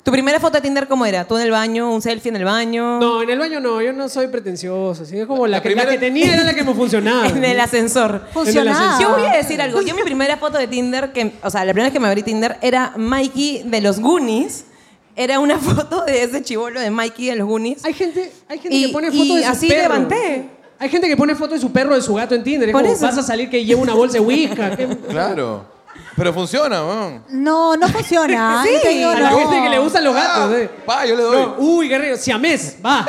C: ¿Tu primera foto de Tinder cómo era? ¿Tú en el baño? ¿Un selfie en el baño?
D: No, en el baño no, yo no soy pretencioso. ¿sí? Es como la,
E: La
D: que,
E: primera-
D: la que tenía era la que me funcionaba.
C: En el ascensor.
B: Funcionaba.
D: ascensor.
F: Yo voy a decir algo. Yo mi primera foto de Tinder, que, o sea, la primera vez que me abrí Tinder era Mikey de los Goonies. Era una foto de ese chivolo de Mikey de los Goonies.
D: Hay gente, hay gente
F: Y-
D: que pone
F: y
D: fotos de su
F: así
D: perro.
F: levanté.
D: Hay gente que pone fotos de su perro, de su gato en Tinder. Es
F: Por
D: como,
F: eso.
D: vas a salir que lleva una bolsa de whisky. ¿qué?
E: Claro. Pero funciona, weón.
B: No, no funciona.
F: Sí,
B: Yo te digo,
D: A la
B: no.
D: gente que le gustan los gatos. eh.
E: Ah, pa, yo le doy.
D: No, uy, guerrero, siamés, va.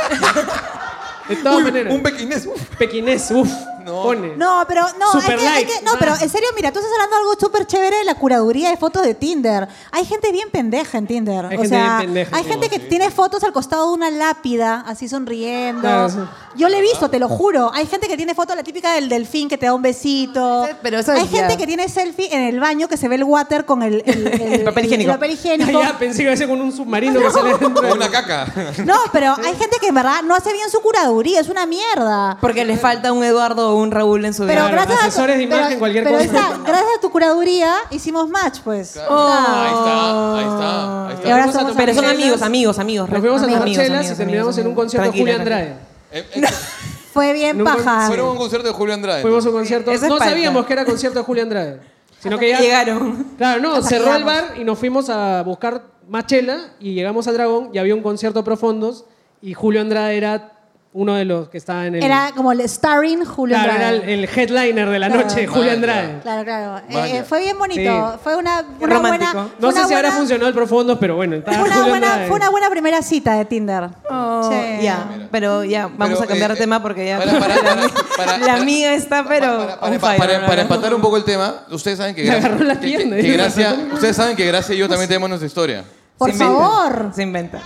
D: De todas
E: Uy,
D: maneras.
E: un pequinés. uf.
D: pequinés, uff.
E: No.
D: Pone.
B: No, pero no,
D: Super
B: hay que, hay
D: like,
B: que- no,
D: va.
B: pero en serio, mira, tú estás hablando de algo súper chévere de la curaduría de fotos de Tinder. Hay gente bien pendeja en Tinder.
D: Hay
B: o
D: gente
B: sea,
D: bien pendeja,
B: hay
D: sí.
B: gente que tiene fotos al costado de una lápida, así sonriendo.
D: Claro, Ah, sí.
B: Yo le he visto, te lo juro. Hay gente que tiene foto la típica del delfín que te da un besito.
F: Ah, Ese- pero eso es
B: hay gente
F: ya.
B: que tiene selfie en el baño que se ve el water con el, el- el-
C: El papel
B: el-
C: higiénico.
B: el papel
D: Ah,
B: higiénico.
D: ya, pensé que iba a ser con un submarino que sale dentro.
E: O
D: de-
E: una caca.
B: No, pero hay gente que en verdad no hace bien su curaduría, es una mierda.
F: Porque le falta un Eduardo o un Raúl en su
B: Pero
D: Claro,
B: gracias
D: asesores
B: a
D: de
B: tu, pero-
D: imagen, cualquier
B: pero
D: cosa.
B: esa- gracias a tu curaduría hicimos match, pues.
E: Ahí está, ahí está, ahí
B: Y
E: está.
B: ahora
D: Nos fuimos a
B: somos
D: tomar
C: Pero son
D: chelas.
C: amigos, amigos, amigos.
D: Nos fuimos a tomar
C: Amigos,
D: chelas y
C: amigos,
D: terminamos
C: amigos,
D: en un concierto de
C: Tranquila,
D: Julio
C: tranquila.
D: Andrade.
E: Eh, eh,
B: Fue bien
D: No,
B: paja.
E: Fueron a un concierto de Julio Andrade.
D: Fuimos a un concierto.
F: Esa es
D: no
F: falta.
D: sabíamos que era concierto de Julio Andrade.
F: Ah,
D: Sino que ya-
F: Llegaron.
D: Claro, no,
B: Hasta
D: cerró el
B: llegamos.
D: bar y nos fuimos a buscar más chela y llegamos al Dragón y había un concierto profundos y Julio Andrade era uno de los que estaba en el.
B: Era como el starring Julio
D: claro,
B: Andrade.
D: era el, el headliner de la noche, Julio
E: Vaya.
D: Andrade.
B: Claro, claro. Eh,
E: Vaya.
B: eh, fue bien bonito.
D: Sí.
B: Fue una,
C: Qué
B: una buena.
C: romántico. No
D: No
B: fue
D: sé
B: una
D: si habrá
B: buena-
D: funcionado el profundos, pero bueno, estaba
B: Fue una,
D: Julio
B: buena,
D: Andrade.
B: fue una buena primera cita de Tinder.
F: Oh,
B: Sí.
F: Ya, pero ya, vamos
E: Pero,
F: a cambiar
E: eh,
F: de tema porque ya
E: para- para- para- para-
F: la amiga está, pero...
E: Para, para-
F: on
E: para-
F: fire,
E: para-
F: ¿no?
E: para empatar un poco el tema, ustedes saben que
D: Le agarró la
E: que-
D: pierna.
E: que- que gracia, ustedes saben que Gracia y yo también tenemos nuestra historia.
B: Por
C: Se inventa,
B: favor.
C: Se inventa.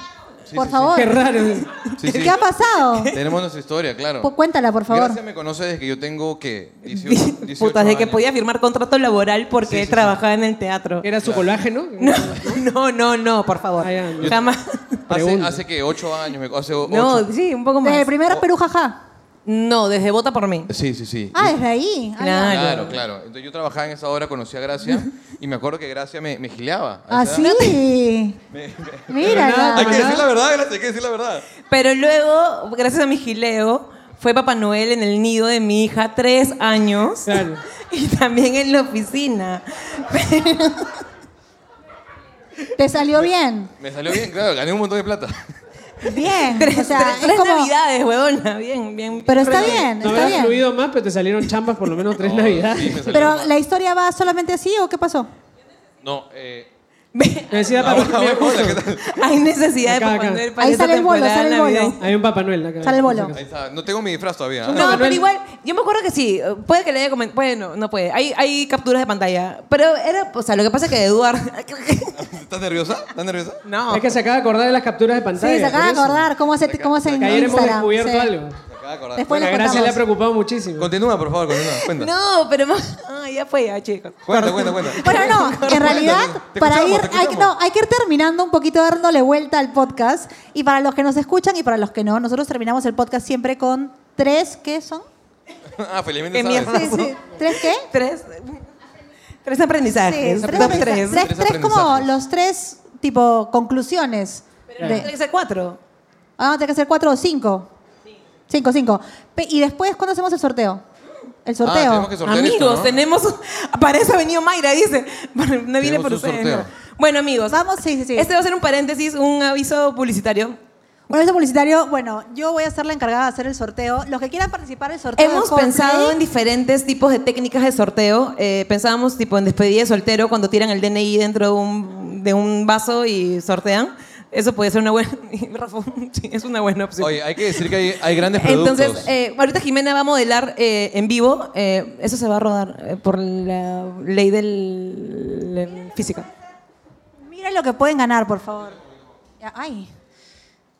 B: por favor.
D: Qué raro.
E: Sí, sí.
B: ¿Qué ha pasado?
E: Tenemos nuestra historia, claro.
B: Pues cuéntala, por favor.
E: Gracia me conoce desde que yo tengo que 18, 18
C: Puta, de que
E: años.
C: podía firmar contrato laboral porque trabajaba en el teatro.
D: Era su colágeno.
C: No, no, no, no, por favor.
D: Ah, ya, ya.
C: Jamás.
E: Hace,
D: Pregunta.
E: hace que 8 años, me, hace 8.
C: No, sí, un poco más.
B: Desde el primer Perú, jaja.
C: No, desde Vota por mí.
E: Sí, sí, sí.
B: Ah,
E: Yo-
B: desde ahí. Ah, ya.
C: Claro.
E: Claro, claro. Entonces yo trabajaba en esa hora, conocí a Gracia y me acuerdo que Gracia me, me gileaba. A
B: Ah,
E: esa
B: sí.
E: edad.
B: Mírala.
E: Hay que decir la verdad, Gracia, hay que decir la verdad.
C: Pero luego, gracias a mi gileo, fue Papá Noel en el nido de mi hija, tres años.
D: Claro.
C: Y también en la oficina.
B: Te salió bien.
E: Me salió bien, claro, gané un montón de plata.
B: Bien.
C: Tres,
B: O sea,
C: tres-
B: es
C: tres
B: como.
C: navidades, huevona. Bien, bien.
B: Pero está bien,
D: No
B: está
D: habrá
B: bien.
D: fluido más, pero te salieron chambas por lo menos tres navidades.
E: Sí, me salió
B: Pero
E: mal.
B: la historia va solamente así o qué pasó?
E: No, eh...
D: Decía
E: Ah,
D: Papá
E: hola,
D: Noel,
E: hola,
D: justo.
E: ¿qué tal?
C: Hay necesidad
D: Acá,
C: de
D: acá.
C: Papá Noel para
B: Ahí
C: esta
B: sale el bolo,
C: temporada
B: sale el bolo.
C: navideña.
D: Hay un Papá Noel acá.
B: Sale el bolo.
E: Ahí está. No tengo mi disfraz todavía. ¿ah?
C: No,
D: Papá
C: pero
D: Noel.
C: igual, yo me acuerdo que sí, eh, puede que le haya comentado, bueno, no puede, hay, hay capturas de pantalla, pero era, o sea, lo que pasa es que Eduardo...
E: ¿Estás nerviosa? ¿Estás nerviosa?
C: no,
D: Es que se acaba de acordar de las capturas de pantalla.
B: Sí, se acaba de
D: por eso.
B: acordar cómo se, cómo se en
D: Que ayer hemos
B: Instagram.
D: descubierto
B: sí.
D: algo.
E: Me acaba de acordar.
B: Después
D: La
B: les
D: gracia le ha
B: contamos.
D: preocupado muchísimo.
E: Continúa, por favor, continúa. Cuenta.
C: no, pero más- ah, ya fue, ya chicos.
E: Cuenta, cuenta, cuenta.
B: Bueno, no, en realidad,
E: Te
B: para ir,
E: escuchamos, te
B: hay, que-
E: escuchamos.
B: no, hay que ir terminando un poquito, dándole vuelta al podcast. Y para los que nos escuchan y para los que no, nosotros terminamos el podcast siempre con tres, ¿qué son?
E: Ah, felizmente
C: Qué
E: sabes.
C: mierda.
B: Sí, sí. ¿Tres qué?
C: Tres, tres aprendizajes,
B: Sí, tres,
C: top
B: aprendizajes.
C: tres.
B: Tres-
E: Tres
B: tres como
E: aprendizajes.
B: los tres, tipo, conclusiones.
C: Pero
B: de-
C: no tiene que ser cuatro.
B: Ah, tiene que ser cuatro o cinco. Cinco, cinco. Pe- y después, ¿cuándo hacemos el sorteo? El
E: Ah,
B: sorteo.
E: tenemos que sortear
C: amigos,
E: esto, ¿no?
C: tenemos. Para eso ha venido Mayra, dice. No viene
E: Tenemos
C: por
E: un
C: ustedes.
E: sorteo.
C: ¿no? Bueno, amigos,
B: Vamos, sí, sí, sí.
C: este va a ser un paréntesis, un aviso publicitario.
B: Bueno, eso publicitario, bueno, yo voy a ser la encargada de hacer el sorteo. Los que quieran participar del sorteo.
C: Hemos
B: de Coldplay-
C: pensado en diferentes tipos de técnicas de sorteo. Eh, pensábamos tipo en despedida de soltero cuando tiran el DNI dentro de un, de un vaso y sortean. Eso puede ser una buena. Rafa, sí, es una buena opción.
E: Oye, hay que decir que hay, hay grandes productos.
C: Entonces, eh, ahorita Jimena va a modelar eh, en vivo. Eh, eso se va a rodar eh, por la ley del la física.
B: Miren lo que pueden ganar, por favor. Ya, Ay.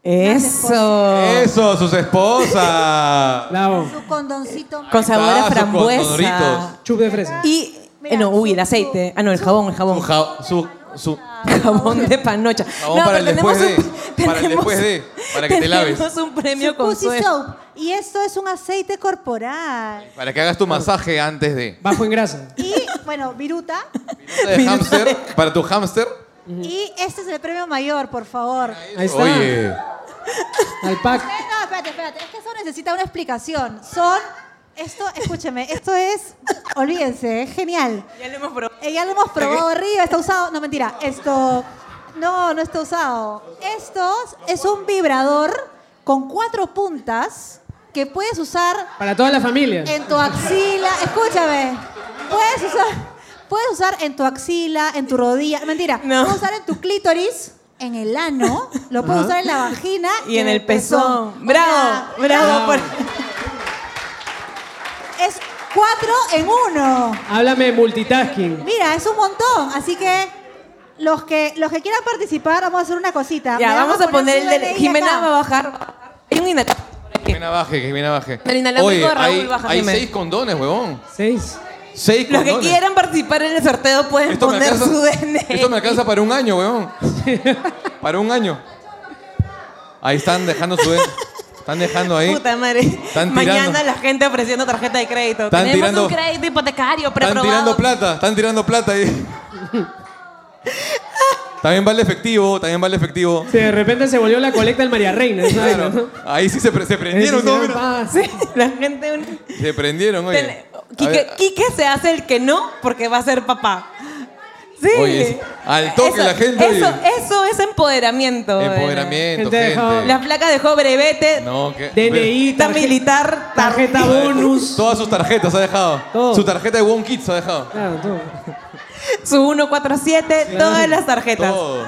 C: Eso.
E: Eso, sus esposas.
D: Bravo.
B: Su condoncito.
C: Con sabor a
E: Tazos con
C: frambuesa.
E: doritos.
D: Chup de fresa.
C: Y.
B: Mira,
C: eh, no, uy, el
B: su-
C: aceite. Ah, no, el jabón, el
E: Su
C: jabón.
E: ja- su, su-
C: Jabón de panocha.
E: Jabón
C: No,
E: para
C: pero
E: el después
C: tenemos
E: de, para el después de, para que te laves.
C: Tenemos un
B: Su
C: premio
B: pussy
C: consuelo.
B: soap. Y esto es un aceite corporal.
E: Para que hagas tu masaje antes de.
D: Bajo en grasa.
B: Y, bueno, viruta.
E: De hámster, para tu hámster.
B: Y este es el premio mayor, por favor.
D: Ahí está.
E: Oye.
D: Al pack.
B: No, espérate, espérate. Es que eso necesita una explicación. Son. Esto, escúcheme, esto es. Olvídense, es genial.
C: Ya lo hemos probado.
B: Eh, ya lo hemos probado arriba, está usado. No, mentira. Esto. No, no está usado. Esto es un vibrador con cuatro puntas que puedes usar
D: Para toda la familia.
B: en tu axila. Escúchame. Puedes usar, puedes usar en tu axila, en tu rodilla. Mentira.
C: No.
B: Puedes usar en tu clítoris, en el ano. Lo puedes usar en la vagina.
C: Y en el pezón.
B: O
C: Bravo,
B: sea,
C: bravo. por-
B: Es cuatro en uno.
D: Háblame de multitasking.
B: Mira, es un montón. Así que los que, los que quieran participar, vamos a hacer una cosita.
C: Ya,
B: Me
C: vamos
B: van
C: a poner el
B: su
C: de
B: DNI
C: Jimena
B: acá.
C: va a bajar. Hay un inalámbrico por aquí.
E: Jimena baje, Jimena baje.
C: El inalámbrico
E: Oye,
C: de Raúl
E: hay,
C: baja,
E: hay
C: dime.
E: seis condones, huevón.
D: Seis.
E: Seis
C: Los
E: condones.
C: que quieran participar en el sorteo pueden
E: Esto me,
C: poner
E: alcanza,
C: su DNI.
E: esto me alcanza para un año, weón. Para un año. Ahí están dejando su Están dejando ahí.
C: Puta madre.
E: Están
C: Mañana
E: tirando.
C: la gente ofreciendo tarjeta de crédito.
E: Están
C: Tenemos
E: tirando-
C: un crédito hipotecario
E: Están
C: preprobado.
E: tirando plata, están tirando plata ahí. También vale efectivo, también vale efectivo.
D: Sí, de repente se volvió la colecta del María Reina. ¿sabes?
E: Claro. Ahí sí se, pre- se prendieron, ¿no? Mira.
D: Ah,
C: Sí, la gente...
E: Se prendieron, oye.
C: Tele-
E: A
C: Quique,
E: ver,
C: Quique se hace el que no porque va a ser papá. Sí.
E: Oye, es- al toque
C: eso,
E: la gente-
C: Eso, eso es empoderamiento. eh.
E: Empoderamiento,
D: Gente,
E: gente.
D: dejó-
C: La placa dejó brevete,
E: No, que-
D: DNI,
C: tarjeta
D: tarjeta,
C: militar, tarjeta.
D: tarjeta bonus.
E: Todas sus tarjetas ha dejado.
D: Todo.
E: Su tarjeta de One Kids ha dejado.
D: Claro, todo.
C: su 147, todas las tarjetas.
E: Todo.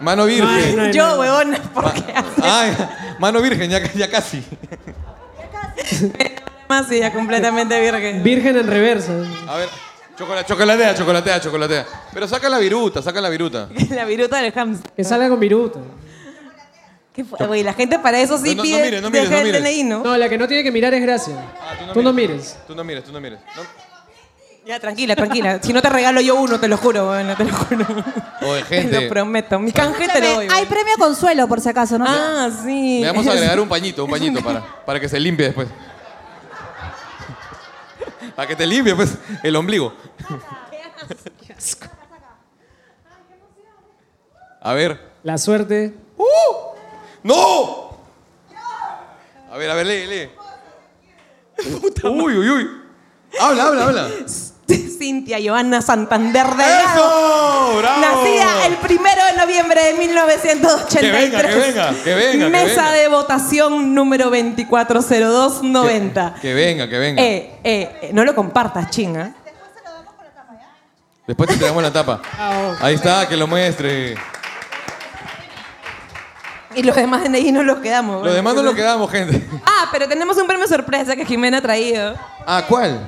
E: Mano virgen.
D: No, no, no.
C: Yo, huevona, porque
E: Ah.
C: hace
E: Ay, mano virgen, ya, ya casi. Ah.
C: más y ya completamente virgen.
D: Virgen en reversa.
E: A ver, chocola- chocolatea, chocolatea, chocolatea. Pero saca la viruta, saca la viruta.
C: La viruta del hamster.
D: Que salga con viruta.
C: ¿Qué fue? Güey, la gente para eso sí
E: No, no, no
C: pide
E: mires, no mires,
C: dejar
E: no
C: el
E: mires.
C: DNI, ¿no?
D: No, la que no tiene que mirar es Gracia.
E: Ah,
D: Tú no mires.
E: Tú no mires, tú no mires. No.
C: Ya, tranquila, tranquila. Si no te regalo yo uno, te lo juro, bueno, te lo juro.
E: Oye,
C: Te
E: gente,
C: lo prometo. Mi canje te lo doy.
B: Hay
C: bueno.
B: premio consuelo, por si acaso, ¿no?
C: Ah, sí.
E: le vamos a agregar un pañito, un pañito para, para que se limpie después. Para que te limpie, pues, el ombligo. A ver.
D: La suerte.
E: ¡Uh! ¡No! A ver, a ver, lee, lee. uy, uy, uy. Habla, habla, habla.
C: Cintia Joana Santander Delgado.
E: ¡Eso! ¡Bravo!
C: Nacida el primero de noviembre de 1983.
E: Que venga, que venga, que venga, que
C: Mesa
E: venga.
C: de votación número 240290.
E: Que, que venga, que venga.
C: Eh, eh, eh, no lo compartas, chinga.
E: Después te entregamos la tapa. Ahí está, que lo muestre.
C: Y los demás de ahí no los quedamos.
E: Los demás no lo quedamos, gente.
C: Ah, pero tenemos un premio sorpresa que Jimena ha traído.
E: Ah, ¿cuál?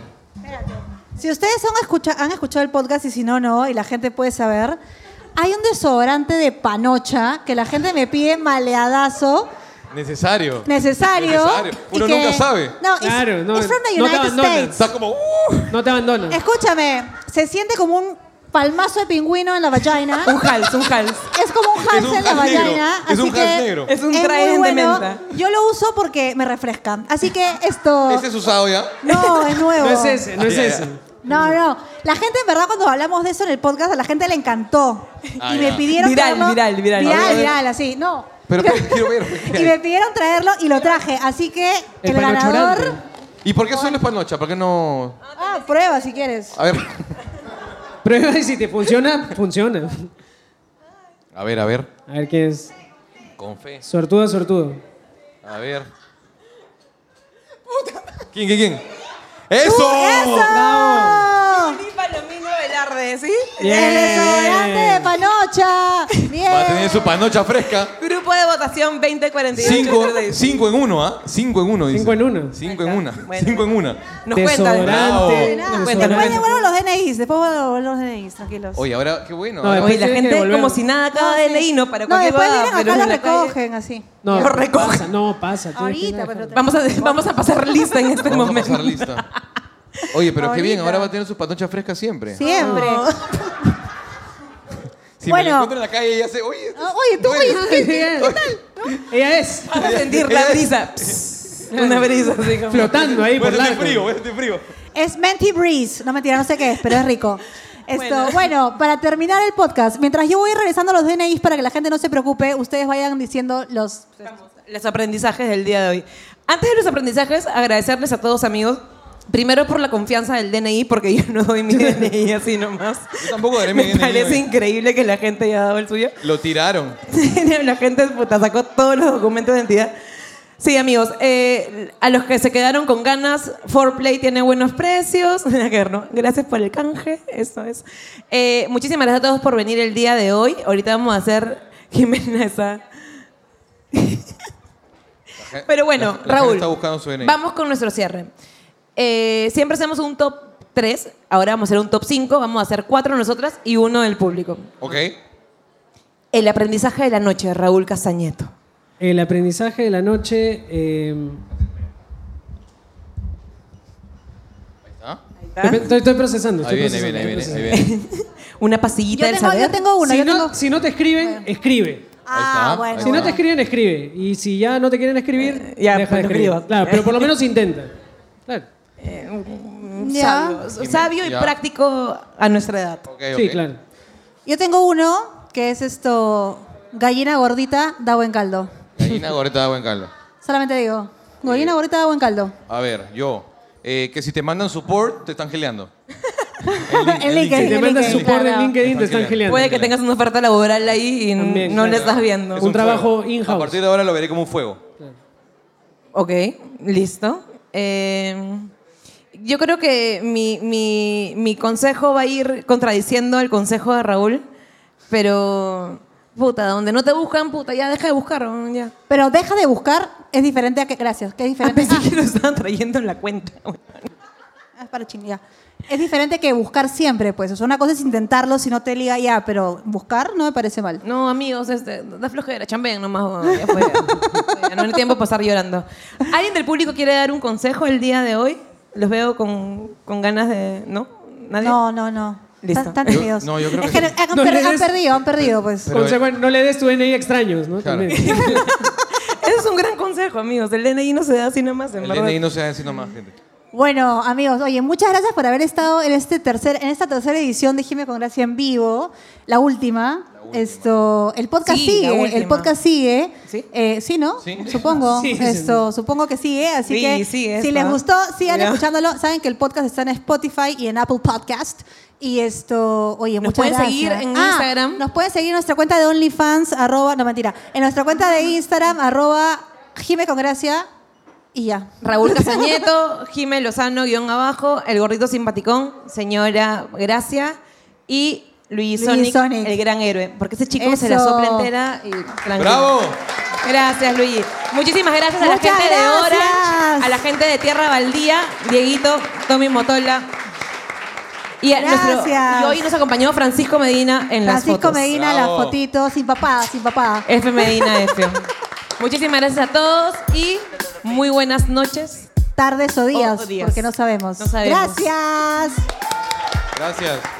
B: Si ustedes son escucha- han escuchado el podcast y si no, no, y la gente puede saber, hay un desodorante de panocha que la gente me pide maleadazo.
E: Necesario.
B: Necesario.
E: Necesario.
B: y
E: Uno
B: que-
E: nunca sabe.
B: No, it's-
D: Claro, no,
B: it's from the
D: no te
B: United
D: abandonan.
B: States.
E: Está como. ¡uh!
D: No te abandonas.
B: Escúchame, se siente como un palmazo de pingüino en la vagina.
C: Un hals, un hals.
B: Es como un
E: Es
B: hals
E: un
B: en la
E: hals negro,
B: vagina.
E: es
B: así
E: un
B: que
E: hals negro.
C: Es un
B: muy
C: Trident de
B: bueno.
C: menta.
B: Yo lo uso porque me refresca. Así que esto.
E: ¿Ese es usado ya?
B: No, es nuevo.
D: No es ese, no es
E: Ah, ya,
D: ese.
E: ya.
B: No, no. La gente, en verdad, cuando hablamos de eso en el podcast, a la gente le encantó.
E: Ah,
B: y
E: ya.
B: me pidieron
C: Viral,
B: traerlo.
C: viral, viral. A
B: Viral,
E: ver.
B: viral, así. No.
E: Pero ¿qué? quiero ver. ¿qué
B: Y me
E: hay?
B: pidieron traerlo y lo traje. Así que el,
D: El
B: ganador.
D: panochorante.
C: pues.
E: ¿Y por qué solo es panocha? ¿Por qué no.?
B: Ah, prueba si quieres.
E: A ver.
D: Prueba y si te funciona, funciona.
E: A ver, a ver.
D: A ver qué es.
E: Con fe.
D: Sortudo, sortudo.
E: A ver. ¿Quién, quién, quién? ¡Eso!
B: ¡Eso!
C: Sí, Palomino Velarde, ¿sí?
B: ¡El desodorante
D: Bien.
B: de Panocha! ¡Bien!
E: Va a tener su panocha fresca.
C: Grupo de votación 2048.
E: Cinco, cinco en uno, ¿ah? Cinco en uno, dice.
D: Cinco en uno.
E: Cinco en una.
C: Bueno.
E: Cinco en una.
C: Nos cuentan.
E: Bravo.
B: Nada,
D: Desodorante.
C: cuenta,
B: después
C: cuenta.
D: desodorante.
B: devuelvo los DNIs, después devuelvo los DNIs, tranquilos.
E: Oye, ahora, qué bueno.
D: No,
E: ¿ah?
C: Oye,
D: Después
C: la
D: tienes que
C: gente
D: devolver.
C: como si nada cada
B: sí.
C: DNI, ¿no? Para
B: No,
C: cualquier
B: después
C: huevada,
B: vienen
C: pero
B: acá,
C: en
B: lo
C: la calle-
B: recogen así.
D: No,
C: Lo recoge.
D: pasa, no, pasa. tienes que-
B: Ahorita, pero
C: Vamos a, vamos a pasar lista en este
E: Vamos a
C: momento.
E: pasar lista. Oye, pero qué bien,
B: Ahorita.
E: ahora va a tener sus panochas frescas siempre.
B: Siempre.
E: Si me
B: Bueno.
E: la encuentro en la calle, ya sé, oye,
B: Ah, Oye, tú,
E: Bueno.
B: oye, ¿qué-
D: Ella ella es
C: Vas a sentir la brisa. Psst, Una brisa así como.
D: flotando ahí por
E: voy a sentir
D: la
E: frío, pues. voy a sentir frío.
B: Es Menti Breeze. No mentira, no sé qué es, pero es rico. Esto, bueno. para terminar el podcast, mientras yo voy revisando los DNIs para que la gente no se preocupe, ustedes vayan diciendo los.
C: Los aprendizajes del día de hoy. Antes de los aprendizajes, agradecerles a todos, amigos. Primero por la confianza del DNI, porque yo no doy mi DNI así nomás.
E: Yo tampoco daré mi
C: Me
E: DNI,
C: parece
E: oye.
C: increíble que la gente haya dado el suyo.
E: Lo tiraron.
C: la gente puta, sacó todos los documentos de identidad. Sí, amigos, eh, a los que se quedaron con ganas, 4Play tiene buenos precios. Nada que ver, ¿no? Gracias por el canje, eso es. Eh, muchísimas gracias a todos por venir el día de hoy. Ahorita vamos a hacer ¿ah? Jimena esa. Pero bueno,
E: La- la gente
C: Raúl,
E: está buscando su DNI.
C: vamos con nuestro cierre. Eh, siempre hacemos un top 3, ahora vamos a hacer un top 5, vamos a hacer cuatro nosotras y uno del público.
E: Ok.
C: El aprendizaje de la noche, Raúl Castañeto.
D: El aprendizaje de la noche. eh,
E: ¿Ah?
D: estoy, estoy procesando.
E: Ahí
D: Estoy
E: viene, ahí viene,
D: procesando,
E: ahí viene,
D: estoy
E: ahí viene.
C: Una pastillita
B: Yo
C: del
B: tengo,
C: saber.
B: yo tengo uno,
D: procesando. Si
B: yo
D: no,
B: tengo.
D: si no te escriben, escribe.
B: Ah,
E: está,
B: bueno.
E: ahí
D: Si no te
E: está.
D: escriben, escribe. Y si ya no te quieren escribir,
C: Eh, ya,
D: deja de
C: pues, no
D: escribir.
C: escribas.
D: Claro, pero por lo menos intenta. Claro.
B: Ya.
C: Sabio, sabio y
E: Ya.
C: práctico a nuestra edad.
E: Ok,
D: Sí,
E: ok.
D: claro.
B: Yo tengo uno que es esto: gallina gordita da buen caldo.
E: Gallina Goreta de Buen Carlos.
B: Solamente digo: gallina gordita da buen caldo.
E: A ver, yo. eh, que si te mandan support, te están geleando.
B: El link,
D: Si
B: el
D: te
B: link,
D: mandas
B: el link.
D: support en
B: Claro.
D: LinkedIn, te están
E: Tranquila.
D: geleando.
C: Puede que tengas una oferta laboral ahí y n-
D: También,
C: no la
D: claro.
C: estás viendo.
D: Es un trabajo
E: fuego.
D: in-house.
E: A partir de ahora lo veré como un fuego.
C: Ok, listo. Eh, yo creo que mi, mi- mi consejo va a ir contradiciendo el consejo de Raúl, pero puta, donde no te buscan, puta, ya deja de buscar. ¿no? Ya.
B: Pero deja de buscar, es diferente a que. Gracias, que es
C: Ah,
B: diferente.
C: pensé
B: Ah,
C: que lo estaban trayendo en la cuenta.
B: Ah, Es para chingar. Es diferente que buscar siempre, pues. O sea, una cosa es intentarlo si no te liga ya, pero buscar no me parece mal.
C: No, amigos, este, da flojera, chambén nomás. bueno, ya fue. Ya no hay tiempo de pasar llorando. ¿Alguien del público quiere dar un consejo el día de hoy? Los veo con, con ganas de. ¿No? ¿Nadie?
B: No, no, no.
C: Listo.
B: Están, están
E: Yo-
B: tímidos.
E: no, yo creo
B: es
E: que
B: que,
E: sí.
B: han,
D: No,
B: per-
D: le
B: han
D: des-
B: perdido, han perdido, pues.
E: Pero-
D: Consecuen- no le des tu DNI a extraños, ¿no?
E: Claro.
D: También.
C: Ese es un gran consejo, amigos. El DNI no se da así nomás, en
E: El
C: verdad.
E: DNI no se da así nomás, gente.
B: Bueno, amigos, oye, muchas gracias por haber estado en este tercer, en esta tercera edición de Jimmy con Gracia en vivo, la última. Esto, el podcast
C: Sí, la
B: sigue, el
C: última.
B: podcast sigue.
C: ¿Sí?
B: Eh, sí, ¿no?
E: Sí.
B: Supongo.
D: Sí, sí,
B: Esto, supongo que sigue, así
C: Sí,
B: que
C: sí, es,
B: si
C: ¿no?
B: les gustó, sigan
C: Ya.
B: escuchándolo. Saben que el podcast está en Spotify y en Apple Podcast. Y esto, oye,
C: Nos
B: muchas
C: pueden
B: gracias.
C: seguir en
B: Ah,
C: Instagram.
B: Nos pueden seguir en nuestra cuenta de OnlyFans, arroba, no mentira, en nuestra cuenta
C: Ah.
B: de Instagram, arroba Jimmy con Gracia y ya.
C: Raúl Casañeto, Jimé Lozano, guión abajo, el gordito simpaticón, señora Gracia y Luis
B: Luis
C: Sonic,
B: Sonic.
C: el gran héroe. Porque ese chico se la
B: Eso.
C: sopla entera y tranquilo.
E: ¡Bravo!
C: Gracias, Luis. Muchísimas gracias a la
B: Muchas
C: gente de
B: gracias.
C: Orange, a la gente de Tierra Baldía, Dieguito, Tommy Motola. Y, a nuestro-
B: Gracias.
C: y hoy nos acompañó Francisco Medina en las
B: Francisco
C: fotos. Eh,
B: Medina,
E: Bravo.
B: las fotitos, sin papada, sin papada.
C: F Medina F. Muchísimas gracias a todos y muy buenas noches.
B: Tardes o días,
C: O días.
B: porque no sabemos.
C: No sabemos.
B: Gracias.
E: Gracias.